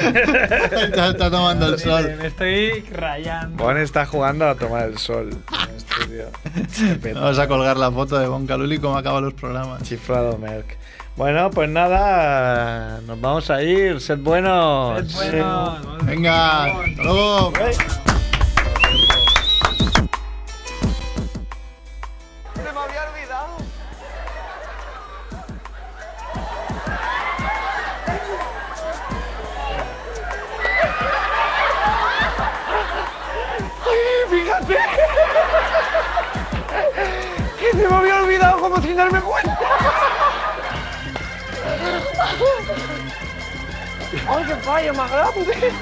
está, está tomando el sol. Me estoy rayando. Juan está jugando a tomar el sol en el estudio. Vamos a colgar la foto de Bon Caluli cómo acaban los programas. Chiflado Merck. Bueno, pues nada, nos vamos a ir. Sed buenos. Sed buenos. Venga, hasta luego. ¡Ay, fíjate! ¡Que se me había olvidado como sin darme cuenta! ¡Ay, qué fallo más grande!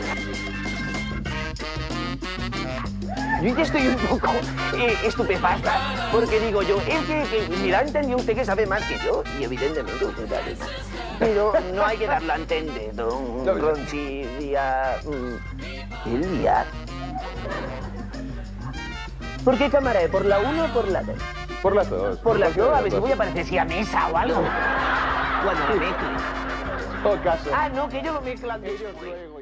Yo ya estoy un poco eh, estupefacta, porque digo yo, es que, que mira, entendió usted que sabe más que yo, y evidentemente usted sabe más. Pero no hay que darla a entender, don Lo que- Ronchi Díaz. mm, El Díaz. ¿Por qué cámara es? ¿Por la 1 o por la 2? Por las dos. Por la 2, a ver si dos. voy a parecer si a mesa o algo. Cuando la mezcles. Todo caso. Ah, no, que ellos lo mezclan ellos luego.